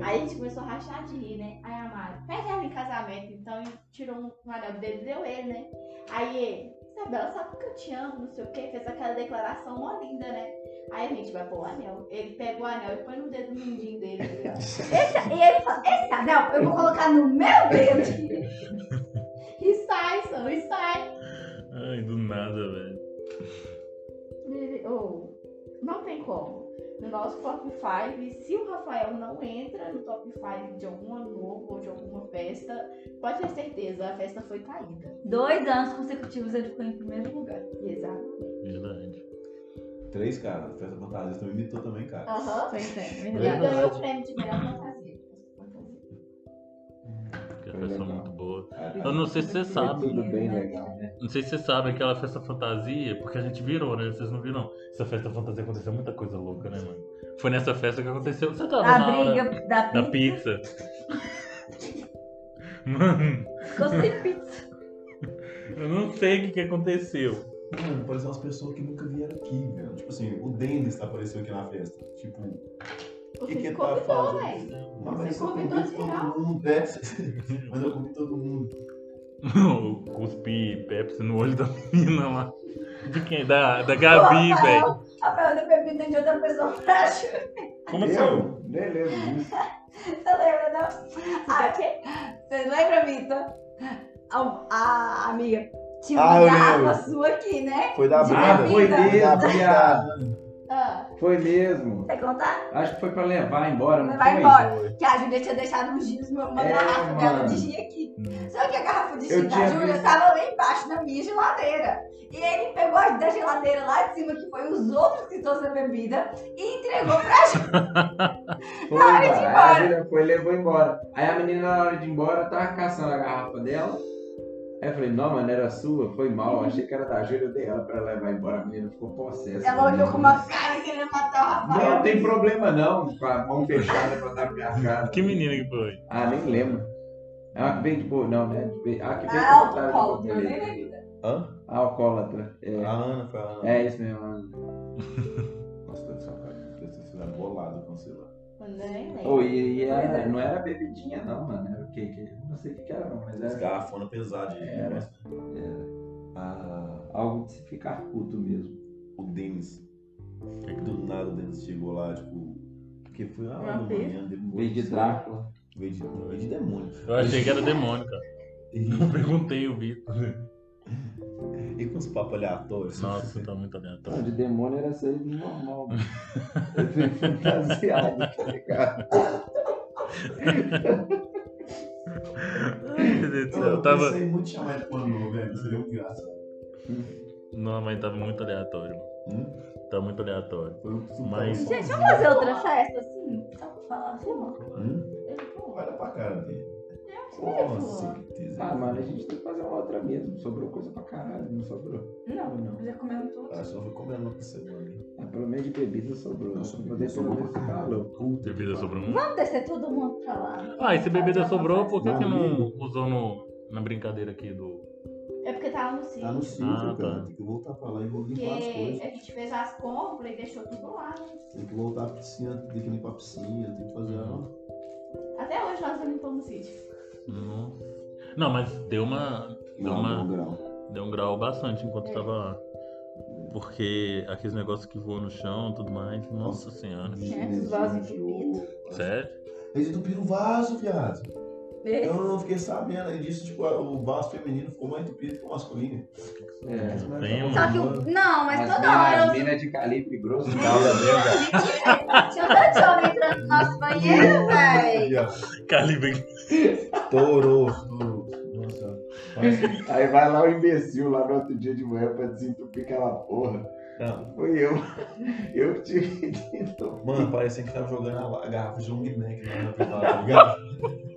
Speaker 3: Aí a gente começou a rachar de rir, né? Aí a Mari, pega ela em casamento, então, e tirou um, um anel dele e deu ele, né? Aí ele, Isabela, sabe que eu te amo, não sei o quê, fez aquela declaração mó linda, né? Aí a gente vai pôr o anel. Ele pega o anel e põe no dedo mindinho dele. assim, ó.
Speaker 5: Esse, e ele fala, esse anel eu vou colocar no meu dedo.
Speaker 3: E sai, só, e sai.
Speaker 1: Ai, do nada, velho.
Speaker 3: Ele- ô, não tem como. No nosso top 5, se o Rafael não entra no top 5 de algum ano novo ou de alguma festa, pode ter certeza, a festa foi caída.
Speaker 5: Dois anos consecutivos ele ficou em primeiro lugar.
Speaker 3: Exato.
Speaker 1: Verdade.
Speaker 2: Três, cara. Festa fantasia. Você também imitou também, cara.
Speaker 3: Aham.
Speaker 5: Pois é,
Speaker 3: E
Speaker 1: verdade.
Speaker 3: ganhou o prêmio de melhor fantasia. Fantasia.
Speaker 1: Porque a
Speaker 4: Foi
Speaker 1: festa é
Speaker 4: legal.
Speaker 1: muito boa. Eu
Speaker 2: Caralho.
Speaker 1: não sei se você
Speaker 4: Foi
Speaker 1: sabe.
Speaker 4: tudo bem legal, né?
Speaker 1: Não sei se vocês sabem aquela festa fantasia, porque a gente virou, né? Vocês não viram. Essa festa fantasia aconteceu muita coisa louca, né, mano? Foi nessa festa que aconteceu. Você tava
Speaker 5: A
Speaker 1: na hora
Speaker 5: briga da
Speaker 1: da
Speaker 5: pizza.
Speaker 1: pizza. mano,
Speaker 5: Ficou sem pizza.
Speaker 1: eu não sei o que, que aconteceu.
Speaker 2: Mano, pareceu umas pessoas que nunca vieram aqui, velho. Tipo assim, o Dennis apareceu aqui na festa. Tipo, O que
Speaker 3: Você
Speaker 2: que
Speaker 3: me
Speaker 2: tá
Speaker 3: convidou, né?
Speaker 2: fazendo?
Speaker 3: velho.
Speaker 2: Não, mas
Speaker 3: Você
Speaker 2: eu
Speaker 3: convidou
Speaker 2: convido
Speaker 3: geral.
Speaker 2: todo mundo, Pepsi. Mas eu convido todo mundo.
Speaker 1: Eu Cuspi Pepsi no olho da menina lá. De quem? Da, da Gabi, velho.
Speaker 5: Rafael deu bebida de outra pessoa pra ajudar.
Speaker 1: Como assim?
Speaker 2: eu? Nem lembro disso.
Speaker 5: Você lembra, não?
Speaker 3: Ah, que?
Speaker 5: Você lembra, Vitor? A, a amiga tinha
Speaker 2: Ah, eu
Speaker 5: uma garrafa
Speaker 2: lembro.
Speaker 5: sua aqui, né?
Speaker 2: Foi da
Speaker 5: De
Speaker 2: Brenda.
Speaker 4: foi
Speaker 5: bebida.
Speaker 2: da
Speaker 4: mesmo,
Speaker 2: Brenda.
Speaker 4: viado.
Speaker 3: Ah,
Speaker 4: Foi mesmo.
Speaker 5: Quer contar?
Speaker 4: Acho que foi pra levar embora, não
Speaker 5: Vai
Speaker 4: foi?
Speaker 5: embora. Que a Júlia tinha deixado um giz, uma, uma
Speaker 4: É,
Speaker 5: garrafa dela
Speaker 4: mano. Hum.
Speaker 5: de gin aqui. Só que é a garrafa de
Speaker 4: Eu
Speaker 5: gin da
Speaker 4: tinha
Speaker 5: Júlia
Speaker 4: visto.
Speaker 5: estava lá embaixo na minha geladeira. E ele pegou as da geladeira lá de cima, que foi os outros que trouxeram a bebida, e entregou pra
Speaker 4: Foi,
Speaker 5: Na hora de
Speaker 4: mano.
Speaker 5: ir embora.
Speaker 4: Aí a Júlia foi e levou embora. Aí a menina, na hora de ir embora, tava caçando a garrafa dela. Aí eu falei, não, mano, era sua, foi mal. Achei que era da Júlia, eu dei ela pra levar embora. A menina ficou possessa.
Speaker 5: Ela olhou com uma cara querendo matar o Rafael.
Speaker 4: Não tem problema não, com a mão fechada pra dar minha cara.
Speaker 1: Que menina que foi?
Speaker 4: Ah, nem lembro. É uma que veio de boa, não, né? De veio- Ah, que veio
Speaker 5: Ah,
Speaker 4: de Boa- de
Speaker 5: alcoólatra,
Speaker 4: Boa-
Speaker 5: nem lembro.
Speaker 2: Hã?
Speaker 4: Ah, alcoólatra.
Speaker 2: A
Speaker 4: É,
Speaker 2: Ana, foi a Ana.
Speaker 4: é isso mesmo. mano.
Speaker 2: Nossa, deve ser uma cara. Deve ter sido bolado com você lá.
Speaker 3: eu nem lembro.
Speaker 4: Oh, e, e era- não era bebidinha não, mano. Era o quê? que? Não sei o que que era não, mas
Speaker 2: As
Speaker 4: era,
Speaker 2: garrafonas pesadas. de-
Speaker 4: Era. era
Speaker 2: Ah,
Speaker 4: É, algo de se ficar puto mesmo.
Speaker 2: o Denis. Do nada o Denis chegou lá, tipo. Porque foi lá
Speaker 3: Uma
Speaker 2: da
Speaker 3: vez.
Speaker 2: manhã, depois.
Speaker 4: Veio de Drácula.
Speaker 2: Veio de, veio de demônio.
Speaker 1: Eu achei que era demônio, cara. Eu perguntei o Vitor.
Speaker 2: E com os papos aleatórios.
Speaker 1: Nossa, tá muito
Speaker 4: Não,
Speaker 1: aleatório.
Speaker 4: de demônio era sair do normal. mano. Eu fui fantasiado, tá ligado?
Speaker 1: Ai, meu Deus do céu,
Speaker 2: Eu,
Speaker 1: Eu
Speaker 2: eu
Speaker 1: tava.
Speaker 2: pensei é muito em chamar ele quando novo, velho. Seria um graça.
Speaker 1: Não, mas tava muito aleatório.
Speaker 2: Hum?
Speaker 1: Tá muito aleatório.
Speaker 2: Foi um super-
Speaker 1: Mas-
Speaker 5: Gente, deixa eu fazer outra festa assim, só pra falar assim, ó.
Speaker 2: Hum?
Speaker 3: Ele pulou.
Speaker 2: Olha pra cara dele.
Speaker 3: ele
Speaker 2: Nossa, que tesão.
Speaker 4: Ah, mano, a gente tem que fazer uma outra mesmo. Sobrou coisa pra caralho, não sobrou?
Speaker 3: Não,
Speaker 4: não.
Speaker 3: já comendo tudo.
Speaker 2: Ah, só foi comendo pra semana.
Speaker 4: Ah, pelo menos de bebida sobrou.
Speaker 2: Nossa,
Speaker 4: pra poder pelo menos ficar louco.
Speaker 2: Puta
Speaker 1: Bebida
Speaker 2: que
Speaker 1: sobrou
Speaker 2: pariu.
Speaker 1: muito.
Speaker 5: Vamos descer todo mundo pra lá.
Speaker 1: Ah, e se bebida sobrou, por que,
Speaker 4: Não,
Speaker 1: que não usou no, na brincadeira aqui do.
Speaker 3: É porque tava no sítio.
Speaker 2: Tá no sítio,
Speaker 1: Ah,
Speaker 2: cara.
Speaker 1: tá.
Speaker 2: Tem que voltar pra lá e vou
Speaker 3: Porque
Speaker 2: limpar as coisas.
Speaker 3: a gente fez as compras e deixou tudo lá, né?
Speaker 2: Tem que voltar à piscina, tem que limpar a piscina, tem que fazer.
Speaker 4: Hum.
Speaker 2: a-
Speaker 3: Até hoje nós não limpamos o sítio.
Speaker 1: Nossa. Não, mas deu uma. Deu,
Speaker 2: Não,
Speaker 1: uma,
Speaker 2: não, grau.
Speaker 1: deu um grau bastante enquanto
Speaker 3: É.
Speaker 1: tava lá. Porque aqueles negócios que voam no chão e tudo mais. Nossa senhora.
Speaker 5: É,
Speaker 3: esses vasos entupidos.
Speaker 1: Sério?
Speaker 2: Eles entupiram o vaso, viado.
Speaker 3: É.
Speaker 2: Eu não fiquei sabendo aí disso, tipo, o vaso feminino ficou mais entupido que o masculino.
Speaker 4: É.
Speaker 2: Mas-
Speaker 1: tem,
Speaker 2: mas-
Speaker 5: Só que o. Não, mas
Speaker 4: As
Speaker 5: toda
Speaker 4: mina-
Speaker 5: hora
Speaker 4: As
Speaker 5: eu
Speaker 4: minas de calibre grosso.
Speaker 5: né? Tinha tanto homem entrando no nosso banheiro, é, véi.
Speaker 1: Calibre.
Speaker 2: Touro, touro. Nossa, parece-
Speaker 4: Aí vai lá o imbecil lá no outro dia de manhã pra desentupir aquela porra.
Speaker 2: Não,
Speaker 4: Foi eu. Eu que tive que entupir.
Speaker 2: mano, parecia que tava jogando a, a garrafa de long neck lá na privada, tá ligado?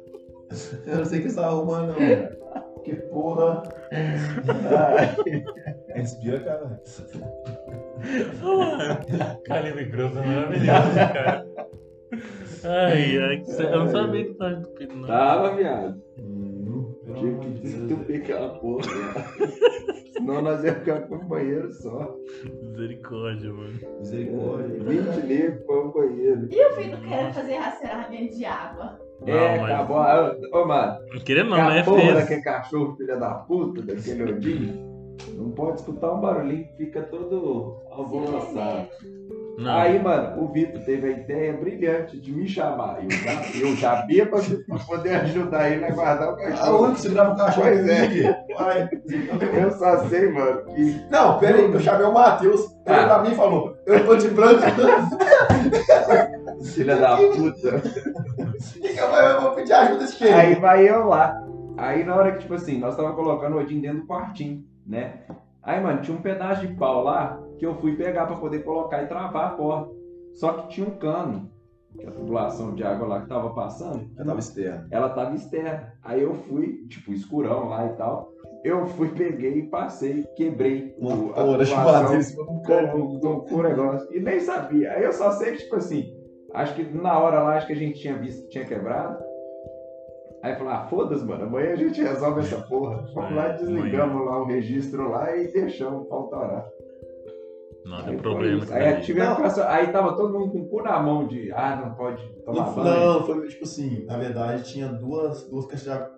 Speaker 2: Eu não sei o que eles tava arrumando, não, velho. Que porra. Respira, cara.
Speaker 1: Calibre grosso é maravilhoso, cara. Ai, ai, que sé- eu não sabia que tava entupido, não.
Speaker 4: Tava, viado.
Speaker 2: Hum, pelo
Speaker 4: Tive
Speaker 2: amor
Speaker 4: que
Speaker 2: de
Speaker 4: um
Speaker 1: né?
Speaker 2: Deus.
Speaker 4: desentupir aquela porra. viado. Senão nós ia ficar com um banheiro só.
Speaker 1: Misericórdia,
Speaker 4: um
Speaker 1: mano.
Speaker 2: Misericórdia.
Speaker 1: né?
Speaker 4: 20 negros pra um banheiro.
Speaker 3: E o filho querendo fazer racionamento de água.
Speaker 4: É,
Speaker 1: Não, mas-
Speaker 4: acabou. a- Ô, mano.
Speaker 1: Não queria não,
Speaker 4: Não,
Speaker 1: né?
Speaker 4: porra
Speaker 1: Fez.
Speaker 4: daquele cachorro, filha da puta, daquele odinho. Não pode escutar um barulhinho que fica todo alvoroçado.
Speaker 1: Não.
Speaker 4: Aí, mano, o Vitor teve a ideia brilhante de me chamar. Eu já, eu já via pra pra poder ajudar ele a guardar o cachorro.
Speaker 2: Aonde que você grava É o cachorro?
Speaker 4: Pois é.
Speaker 2: comigo? Ai,
Speaker 4: Eu só sei, mano, que
Speaker 2: Não, pera aí, eu chamei o Matheus. Ele
Speaker 4: Ah.
Speaker 2: pra mim e falou: Eu tô de branco.
Speaker 4: filha da puta.
Speaker 2: E que eu vou- eu vou pedir ajuda desse jeito.
Speaker 4: Aí vai eu lá. Aí na hora que, tipo assim, nós tava colocando o Odin dentro do quartinho, né? Aí, mano, tinha um pedaço de pau lá que eu fui pegar pra poder colocar e travar a porta. Só que tinha um cano, que a tubulação de água lá que tava passando,
Speaker 2: Eu tava externo.
Speaker 4: ela tava externa. Aí eu fui, tipo, escurão lá e tal. Eu fui, peguei e passei, quebrei
Speaker 2: Uma
Speaker 4: o- a
Speaker 2: hora de
Speaker 4: tubulação
Speaker 2: bater em cima de um cara.
Speaker 4: com, com- com o negócio. E nem sabia. Aí eu só sei, tipo assim, acho que na hora lá, acho que a gente tinha visto que tinha quebrado. Aí falou, ah, foda-se, mano, amanhã a gente resolve essa porra. Vamos lá,
Speaker 1: É,
Speaker 4: desligamos lá o registro lá e deixamos pra autorar.
Speaker 1: Não
Speaker 4: Aí
Speaker 1: tem
Speaker 4: foi
Speaker 1: problema.
Speaker 4: isso.
Speaker 1: com
Speaker 4: Aí,
Speaker 1: isso.
Speaker 4: tivemos
Speaker 2: Não.
Speaker 4: essa- aí tava todo mundo com o cu na mão de, ah, não pode tomar
Speaker 2: Não,
Speaker 4: banho.
Speaker 2: não, foi tipo assim, na verdade tinha duas, duas caixas d'água.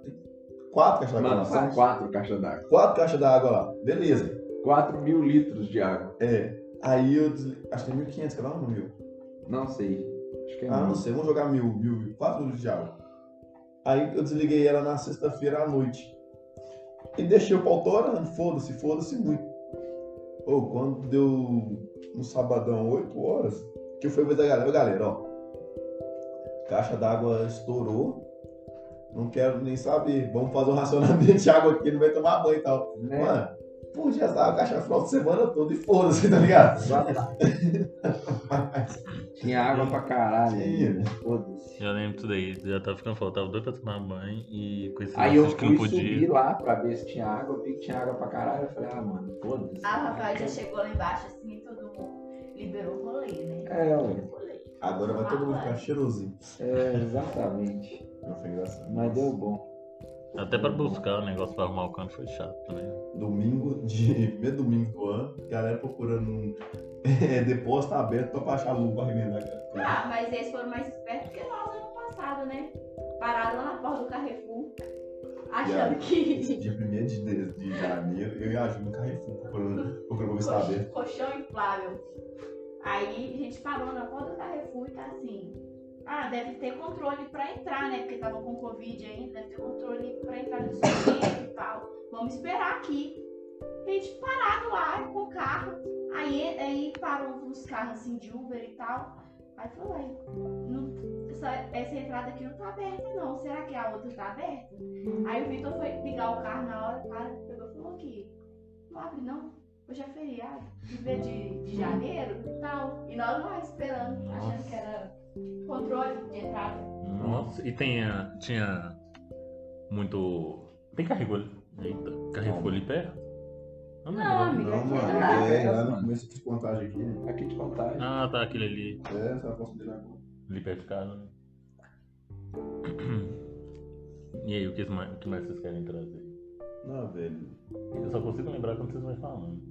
Speaker 2: Quatro caixas d'água
Speaker 4: Mano,
Speaker 2: lá.
Speaker 4: são quatro caixas d'água.
Speaker 2: Quatro caixas d'água lá. Beleza.
Speaker 4: 4 mil litros de água.
Speaker 2: É. Aí eu desli... Acho que tem 1.500 cada uma, mil.
Speaker 4: Não sei. Acho que é
Speaker 2: Ah, não
Speaker 4: muito.
Speaker 2: sei, vamos jogar mil, mil, quatro litros de água. Aí eu desliguei ela na sexta-feira à noite. E deixei o pau torando, foda-se, foda-se muito. Ou quando deu no sabadão, 8 horas, que eu fui ver da galera, "Ô, galera, ó. Caixa d'água estourou. Não quero nem saber. Vamos fazer um racionamento de água aqui, não vai tomar banho e tal.
Speaker 4: Né?
Speaker 2: Mano, por dia a caixa final de semana toda e foda-se, tá ligado?
Speaker 4: Tinha água pra caralho.
Speaker 2: Tinha.
Speaker 4: né? Foda-se.
Speaker 1: Eu lembro disso daí, já tava ficando foda, tava doido pra tomar banho e com esse
Speaker 4: Aí eu
Speaker 1: negócio de que
Speaker 4: fui
Speaker 1: não podia.
Speaker 4: subir lá pra ver se tinha água, eu vi que tinha água pra caralho. Eu falei, ah, mano, foda-se.
Speaker 3: A Rafael já chegou lá embaixo assim e todo mundo liberou o rolê, né?
Speaker 4: É, ué.
Speaker 3: Rolê.
Speaker 2: Agora vai todo mundo ficar cheirosinho.
Speaker 4: É, exatamente.
Speaker 2: Não foi engraçado.
Speaker 4: Mas deu bom.
Speaker 1: Até pra buscar o negócio pra arrumar o canto foi chato também.
Speaker 2: domingo, de primeiro domingo do ano, galera procurando um é, depósito aberto pra baixar a luva pra remendar, cara.
Speaker 3: Ah, mas eles foram mais espertos que nós ano passado, né? Parado lá na porta do Carrefour, achando que
Speaker 2: Dia 1 de, de, de janeiro, eu e a Ju no Carrefour procurando, procurando depósito tá aberto.
Speaker 3: colchão inflável. Aí a gente parou na porta do Carrefour e tá assim. Ah, deve ter controle pra entrar, né? Porque tava com Covid ainda, deve ter controle pra entrar no sorteio e tal. Vamos esperar aqui. A gente parado lá com o carro. Aí, aí parou uns carros assim de Uber e tal. Aí falou, aí, não- essa, essa entrada aqui não tá aberta, não. Será que a outra tá aberta? Aí o Vitor foi ligar o carro na hora, para, pegou e falou aqui. Não abre não, hoje é feriado, primeiro de, de janeiro e tal. E nós lá esperando, achando que era controle de entrada.
Speaker 1: Nossa, e tinha, tinha muito. Tem carregou ali. Eita, carregou ali perto? Não lembro.
Speaker 5: Não, amiga.
Speaker 2: Não,
Speaker 5: aqui
Speaker 2: mano,
Speaker 5: do lado.
Speaker 2: é, lá no começo de contagem aqui, né?
Speaker 4: Aqui de contagem.
Speaker 1: Ah, tá, aquele ali.
Speaker 2: É, só posso virar agora.
Speaker 1: Ali perto de casa. né? E aí, o que mais, o que mais vocês querem trazer?
Speaker 2: Não, velho.
Speaker 1: Eu só consigo lembrar quando vocês vão falando.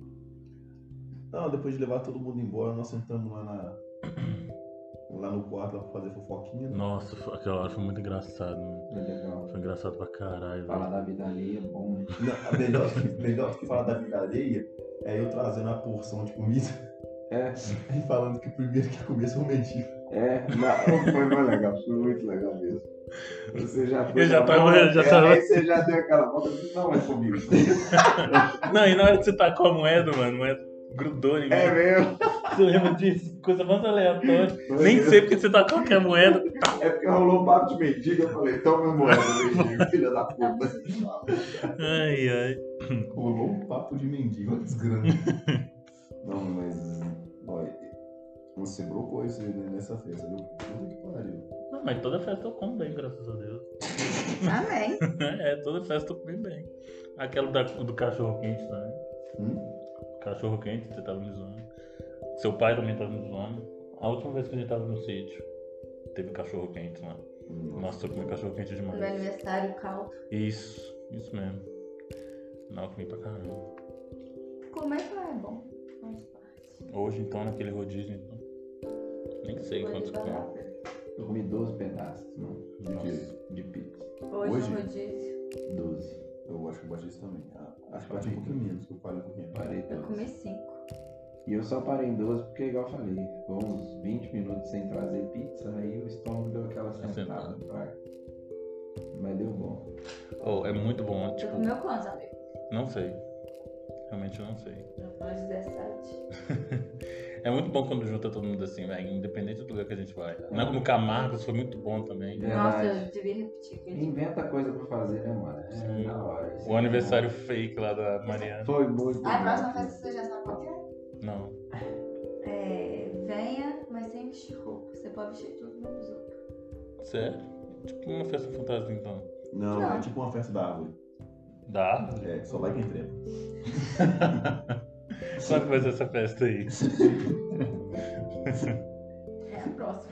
Speaker 2: Não, depois de levar todo mundo embora, nós sentamos lá na. Lá no quarto lá pra fazer fofoquinha. né?
Speaker 1: Nossa, foi- aquela hora foi muito engraçado. né?
Speaker 4: É legal.
Speaker 1: Foi engraçado pra caralho.
Speaker 4: Falar
Speaker 1: velho.
Speaker 4: da vida ali é bom, né?
Speaker 2: Não, a melhor, melhor que falar da vida alheia é eu trazendo a porção de comida
Speaker 4: É,
Speaker 2: e falando que o primeiro que comer sou o mendigo.
Speaker 4: é. Não, foi muito legal, foi muito legal mesmo. Você já foi.
Speaker 1: Eu já
Speaker 4: na
Speaker 1: tava-
Speaker 4: volta,
Speaker 1: eu já
Speaker 4: é,
Speaker 1: tava-
Speaker 4: Aí você já deu aquela volta assim, não é comigo.
Speaker 1: Não, e na hora que você tacou a moeda, mano, a moeda grudou em mim.
Speaker 4: É mesmo.
Speaker 1: Você lembra disso? Coisa mais aleatória.
Speaker 4: Foi
Speaker 1: Nem
Speaker 4: mesmo.
Speaker 1: sei porque você tacou aquela moeda.
Speaker 4: É porque rolou um papo de mendigo, eu falei, toma meu moeda, mendigo, filha da puta.
Speaker 1: Ai, ai.
Speaker 2: Rolou um papo de mendigo, olha que desgrama. Não, mas. Olha, você brocou isso aí, né, nessa festa, viu? Puta que pariu.
Speaker 1: Não, mas toda festa eu como bem, graças a Deus.
Speaker 5: Amém.
Speaker 1: É, toda festa eu comi bem. Aquela da- do cachorro quente também.
Speaker 2: Hum?
Speaker 1: Cachorro quente, você tava me zoando. Seu pai também tava me zoando. A última vez que a gente tava no sítio, teve cachorro quente lá. Nossa, eu comi cachorro quente
Speaker 5: No
Speaker 1: demais.
Speaker 5: meu aniversário, caldo.
Speaker 1: Isso, isso mesmo. Não, eu comi pra caramba.
Speaker 5: Comer só é bom. Mas
Speaker 1: Hoje então, naquele rodízio, então. Nem sei
Speaker 5: foi
Speaker 1: quantos é.
Speaker 5: de
Speaker 1: comi.
Speaker 5: barato.
Speaker 4: Eu comi 12 pedaços, mano,
Speaker 2: De quê?
Speaker 4: de pizza.
Speaker 5: Hoje,
Speaker 2: Hoje?
Speaker 5: Hoje? rodízio.
Speaker 4: 12.
Speaker 2: Eu acho que eu bati isso também. Ah, acho que eu bati um pouquinho menos, que eu falei um pouquinho.
Speaker 4: Parei
Speaker 5: Eu
Speaker 4: 12.
Speaker 5: comi cinco.
Speaker 4: E eu só parei em 12 porque, igual eu falei, ficou uns 20 minutos sem trazer pizza, aí o estômago deu aquela
Speaker 1: Tá
Speaker 4: sentada.
Speaker 1: Sentada.
Speaker 4: Pra... Mas deu bom.
Speaker 1: Oh, é muito bom,
Speaker 5: Você
Speaker 1: tipo,
Speaker 5: comeu quantos, amigo?
Speaker 1: não sei. Realmente eu não sei.
Speaker 5: Eu comi 17.
Speaker 1: É muito bom quando junta todo mundo assim, velho, independente do lugar que a gente vai. é Na- No Camargos foi muito bom também.
Speaker 5: Nossa,
Speaker 4: É Verdade.
Speaker 5: eu devia repetir. que eu-
Speaker 4: Inventa coisa pra fazer, né, mano? É
Speaker 1: Sim.
Speaker 4: da hora. isso
Speaker 1: O
Speaker 4: é
Speaker 1: aniversário fake lá da Mariana.
Speaker 4: bom. Foi muito
Speaker 5: Ah, é A
Speaker 4: bom.
Speaker 5: próxima festa você já sabe qual que é?
Speaker 1: Não.
Speaker 5: É, venha, mas sem vestir roupa. Você pode vestir tudo, menos um. roupa.
Speaker 1: Sério? Tipo uma festa fantasma então.
Speaker 2: Não,
Speaker 5: Não.
Speaker 2: é tipo uma festa da árvore.
Speaker 1: Dá?
Speaker 2: É, só vai quem trepa.
Speaker 1: Quando que vai ser essa festa aí?
Speaker 5: É a próxima.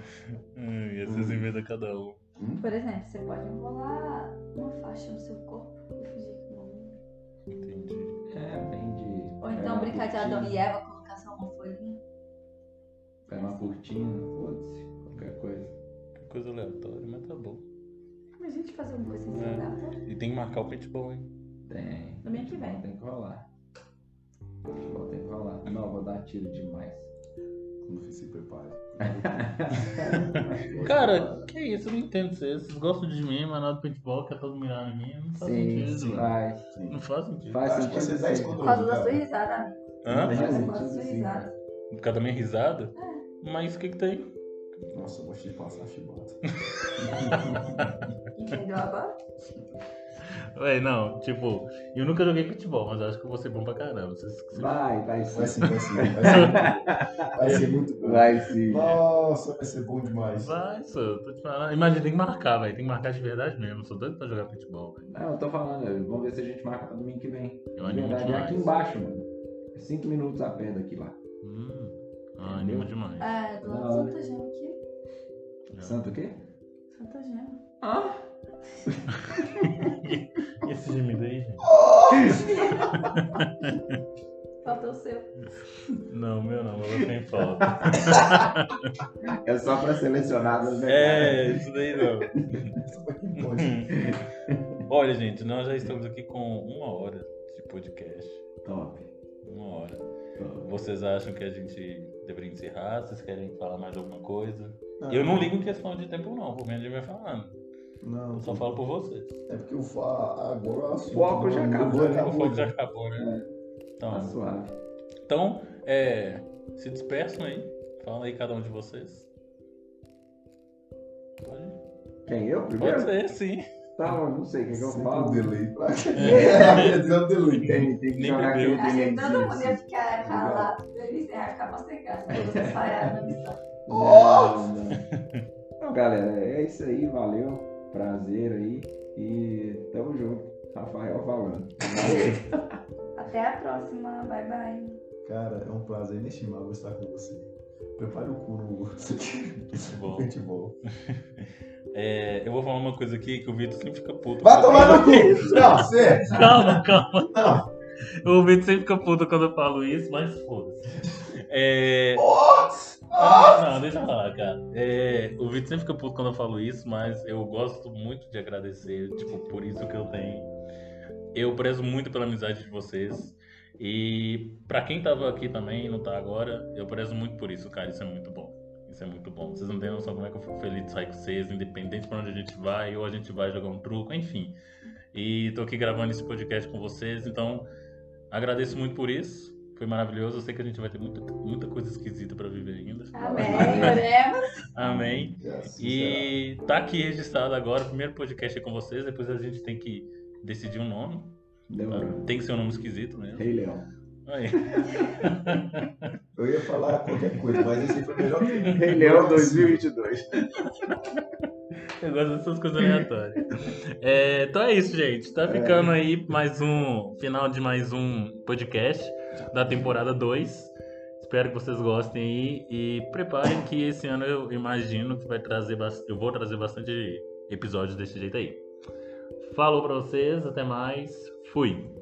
Speaker 1: Hum, ia ser assim medo a cada um.
Speaker 5: Por exemplo, você pode enrolar uma faixa no seu corpo e fingir que não.
Speaker 1: Entendi.
Speaker 4: É, bem de.
Speaker 5: Ou então
Speaker 4: é, um
Speaker 5: brincar de Adão
Speaker 4: curtir.
Speaker 5: e Eva, colocar só uma folhinha.
Speaker 4: Cai é uma cortina, foda-se, qualquer coisa.
Speaker 1: Coisa aleatória, mas tá bom.
Speaker 5: Mas a gente fazer alguma coisa
Speaker 1: É.
Speaker 5: assim,
Speaker 1: E tem que marcar o pitbull, hein?
Speaker 4: Tem.
Speaker 5: Domingo que
Speaker 4: futebol
Speaker 5: vem.
Speaker 4: Tem que rolar. Futebol tem que rolar. Não, eu vou dar tiro demais.
Speaker 2: Como se prepare.
Speaker 1: Cara, que isso, eu não entendo vocês. Vocês gostam de mim, mas nada do pitbull, quer todo mirado em mim. Não faz sentido, mano.
Speaker 4: faz.
Speaker 1: Não faz sentido.
Speaker 4: Faz
Speaker 2: acho que
Speaker 4: sentido.
Speaker 2: vocês 10
Speaker 4: sim.
Speaker 2: contra
Speaker 5: Por causa
Speaker 2: um,
Speaker 5: da sua
Speaker 2: cara.
Speaker 5: risada, amigo.
Speaker 1: Hã?
Speaker 2: Faz
Speaker 5: Por
Speaker 2: sentido,
Speaker 5: causa da sua
Speaker 2: sim.
Speaker 5: risada.
Speaker 1: Por causa da minha risada? Mas o que tá que tem?
Speaker 2: Nossa, eu gosto de passar chibata.
Speaker 5: Entendeu agora?
Speaker 1: Ué, não, tipo, eu nunca joguei futebol, mas eu acho que eu vou ser bom pra caramba. Vocês, vocês-
Speaker 4: Vai, vai sim.
Speaker 2: Vai ser, vai ser, vai ser. Vai ser muito bom.
Speaker 4: Vai sim.
Speaker 2: Nossa, vai ser bom demais.
Speaker 1: Vai, só, tô te falando. Imagina, tem que marcar, velho. Tem que marcar de verdade mesmo. Eu sou doido pra jogar futebol, velho.
Speaker 4: Não, eu tô falando, vamos ver se a gente marca pra domingo que vem.
Speaker 1: Eu
Speaker 4: Na
Speaker 1: animo
Speaker 4: verdade, é
Speaker 1: demais.
Speaker 4: aqui embaixo, mano. É cinco minutos a pé daqui lá.
Speaker 1: Hum, eu animo demais.
Speaker 5: É, do lado do Santa Gema aqui.
Speaker 1: É.
Speaker 4: Santo o quê?
Speaker 5: Santa Gema.
Speaker 1: E esse gemido aí, gente?
Speaker 5: Faltou o seu.
Speaker 1: Não, meu não, eu tenho falta.
Speaker 4: É só pra selecionadas, né?
Speaker 1: É, isso daí não.
Speaker 2: Isso pra quem pode.
Speaker 1: Hum. Olha, gente, nós já estamos aqui com uma hora de podcast.
Speaker 4: Top.
Speaker 1: Uma hora.
Speaker 4: top.
Speaker 1: Vocês acham que a gente deveria encerrar? Vocês querem falar mais alguma coisa? Eu
Speaker 2: Ah.
Speaker 1: não ligo em questão de tempo, não. Por mim, a gente vai falando.
Speaker 2: Não,
Speaker 1: Eu só falo por vocês.
Speaker 2: é porque o fa... agora
Speaker 4: O foco já acabou, né?
Speaker 1: O fogo já acabou, né?
Speaker 2: É.
Speaker 4: Tá
Speaker 1: Então,
Speaker 4: suave.
Speaker 1: então é, se dispersam aí. Fala aí cada um de vocês. Pode,
Speaker 4: Quem eu
Speaker 1: pode
Speaker 4: primeiro?
Speaker 1: ser, sim.
Speaker 4: Tá, eu não sei o que, que eu
Speaker 2: Sempre um
Speaker 4: falo.
Speaker 2: delay. pra- Cadê o delay?
Speaker 4: Tem, tem que
Speaker 1: Nem
Speaker 4: jogar
Speaker 1: bebeu.
Speaker 4: aquele
Speaker 5: Acho que Assim, todo mundo ia
Speaker 4: bilhetezinho.
Speaker 5: ficar calado. Ele ia acabar secando. Vocês né? falharam na missão.
Speaker 4: Não, não. Então, galera, é isso aí. Valeu. Prazer aí. E tamo junto. Rafael falando.
Speaker 6: Até a próxima. Bye, bye.
Speaker 2: Cara, é um prazer inestimável estar com você. Prepare o cu no
Speaker 1: Futebol.
Speaker 2: é futebol.
Speaker 1: É, eu vou falar uma coisa aqui que o Vitor sempre fica puto.
Speaker 2: Vai tomar no cu! Não, sério!
Speaker 1: Calma, calma.
Speaker 2: Não!
Speaker 1: O Vitor sempre fica puto quando eu falo isso, mas foda-se. É, Não, não, deixa eu falar, cara. É, o Vitor sempre fica puto quando eu falo isso, mas eu gosto muito de agradecer, tipo, por isso que eu tenho. Eu prezo muito pela amizade de vocês. E pra quem tava aqui também e não tá agora, eu prezo muito por isso, cara. Isso é muito bom. Isso é muito bom. Vocês não têm noção como é que eu fico feliz de sair com vocês, independente pra onde a gente vai, ou a gente vai jogar um truco, enfim. E tô aqui gravando esse podcast com vocês, então agradeço muito por isso. Foi maravilhoso. Eu sei que a gente vai ter muita, muita coisa esquisita pra viver ainda.
Speaker 5: Amém. Oremos.
Speaker 1: Amém.
Speaker 2: Yes,
Speaker 1: E tá aqui registrado agora, o primeiro podcast é com vocês, depois a gente tem que decidir um nome.
Speaker 4: Demorou.
Speaker 1: Tem que ser um nome esquisito mesmo.
Speaker 4: Rei Leão.
Speaker 1: Aí.
Speaker 2: Eu ia falar qualquer coisa, mas esse aí foi melhor que
Speaker 4: Rei Leão 2022.
Speaker 1: Eu gosto dessas coisas aleatórias. É, então é isso, gente. Tá ficando aí mais um final de mais um podcast da temporada 2. Espero que vocês gostem aí e preparem que esse ano eu imagino que vai trazer bas- eu vou trazer bastante episódios desse jeito aí. Falou pra vocês, até mais. Fui.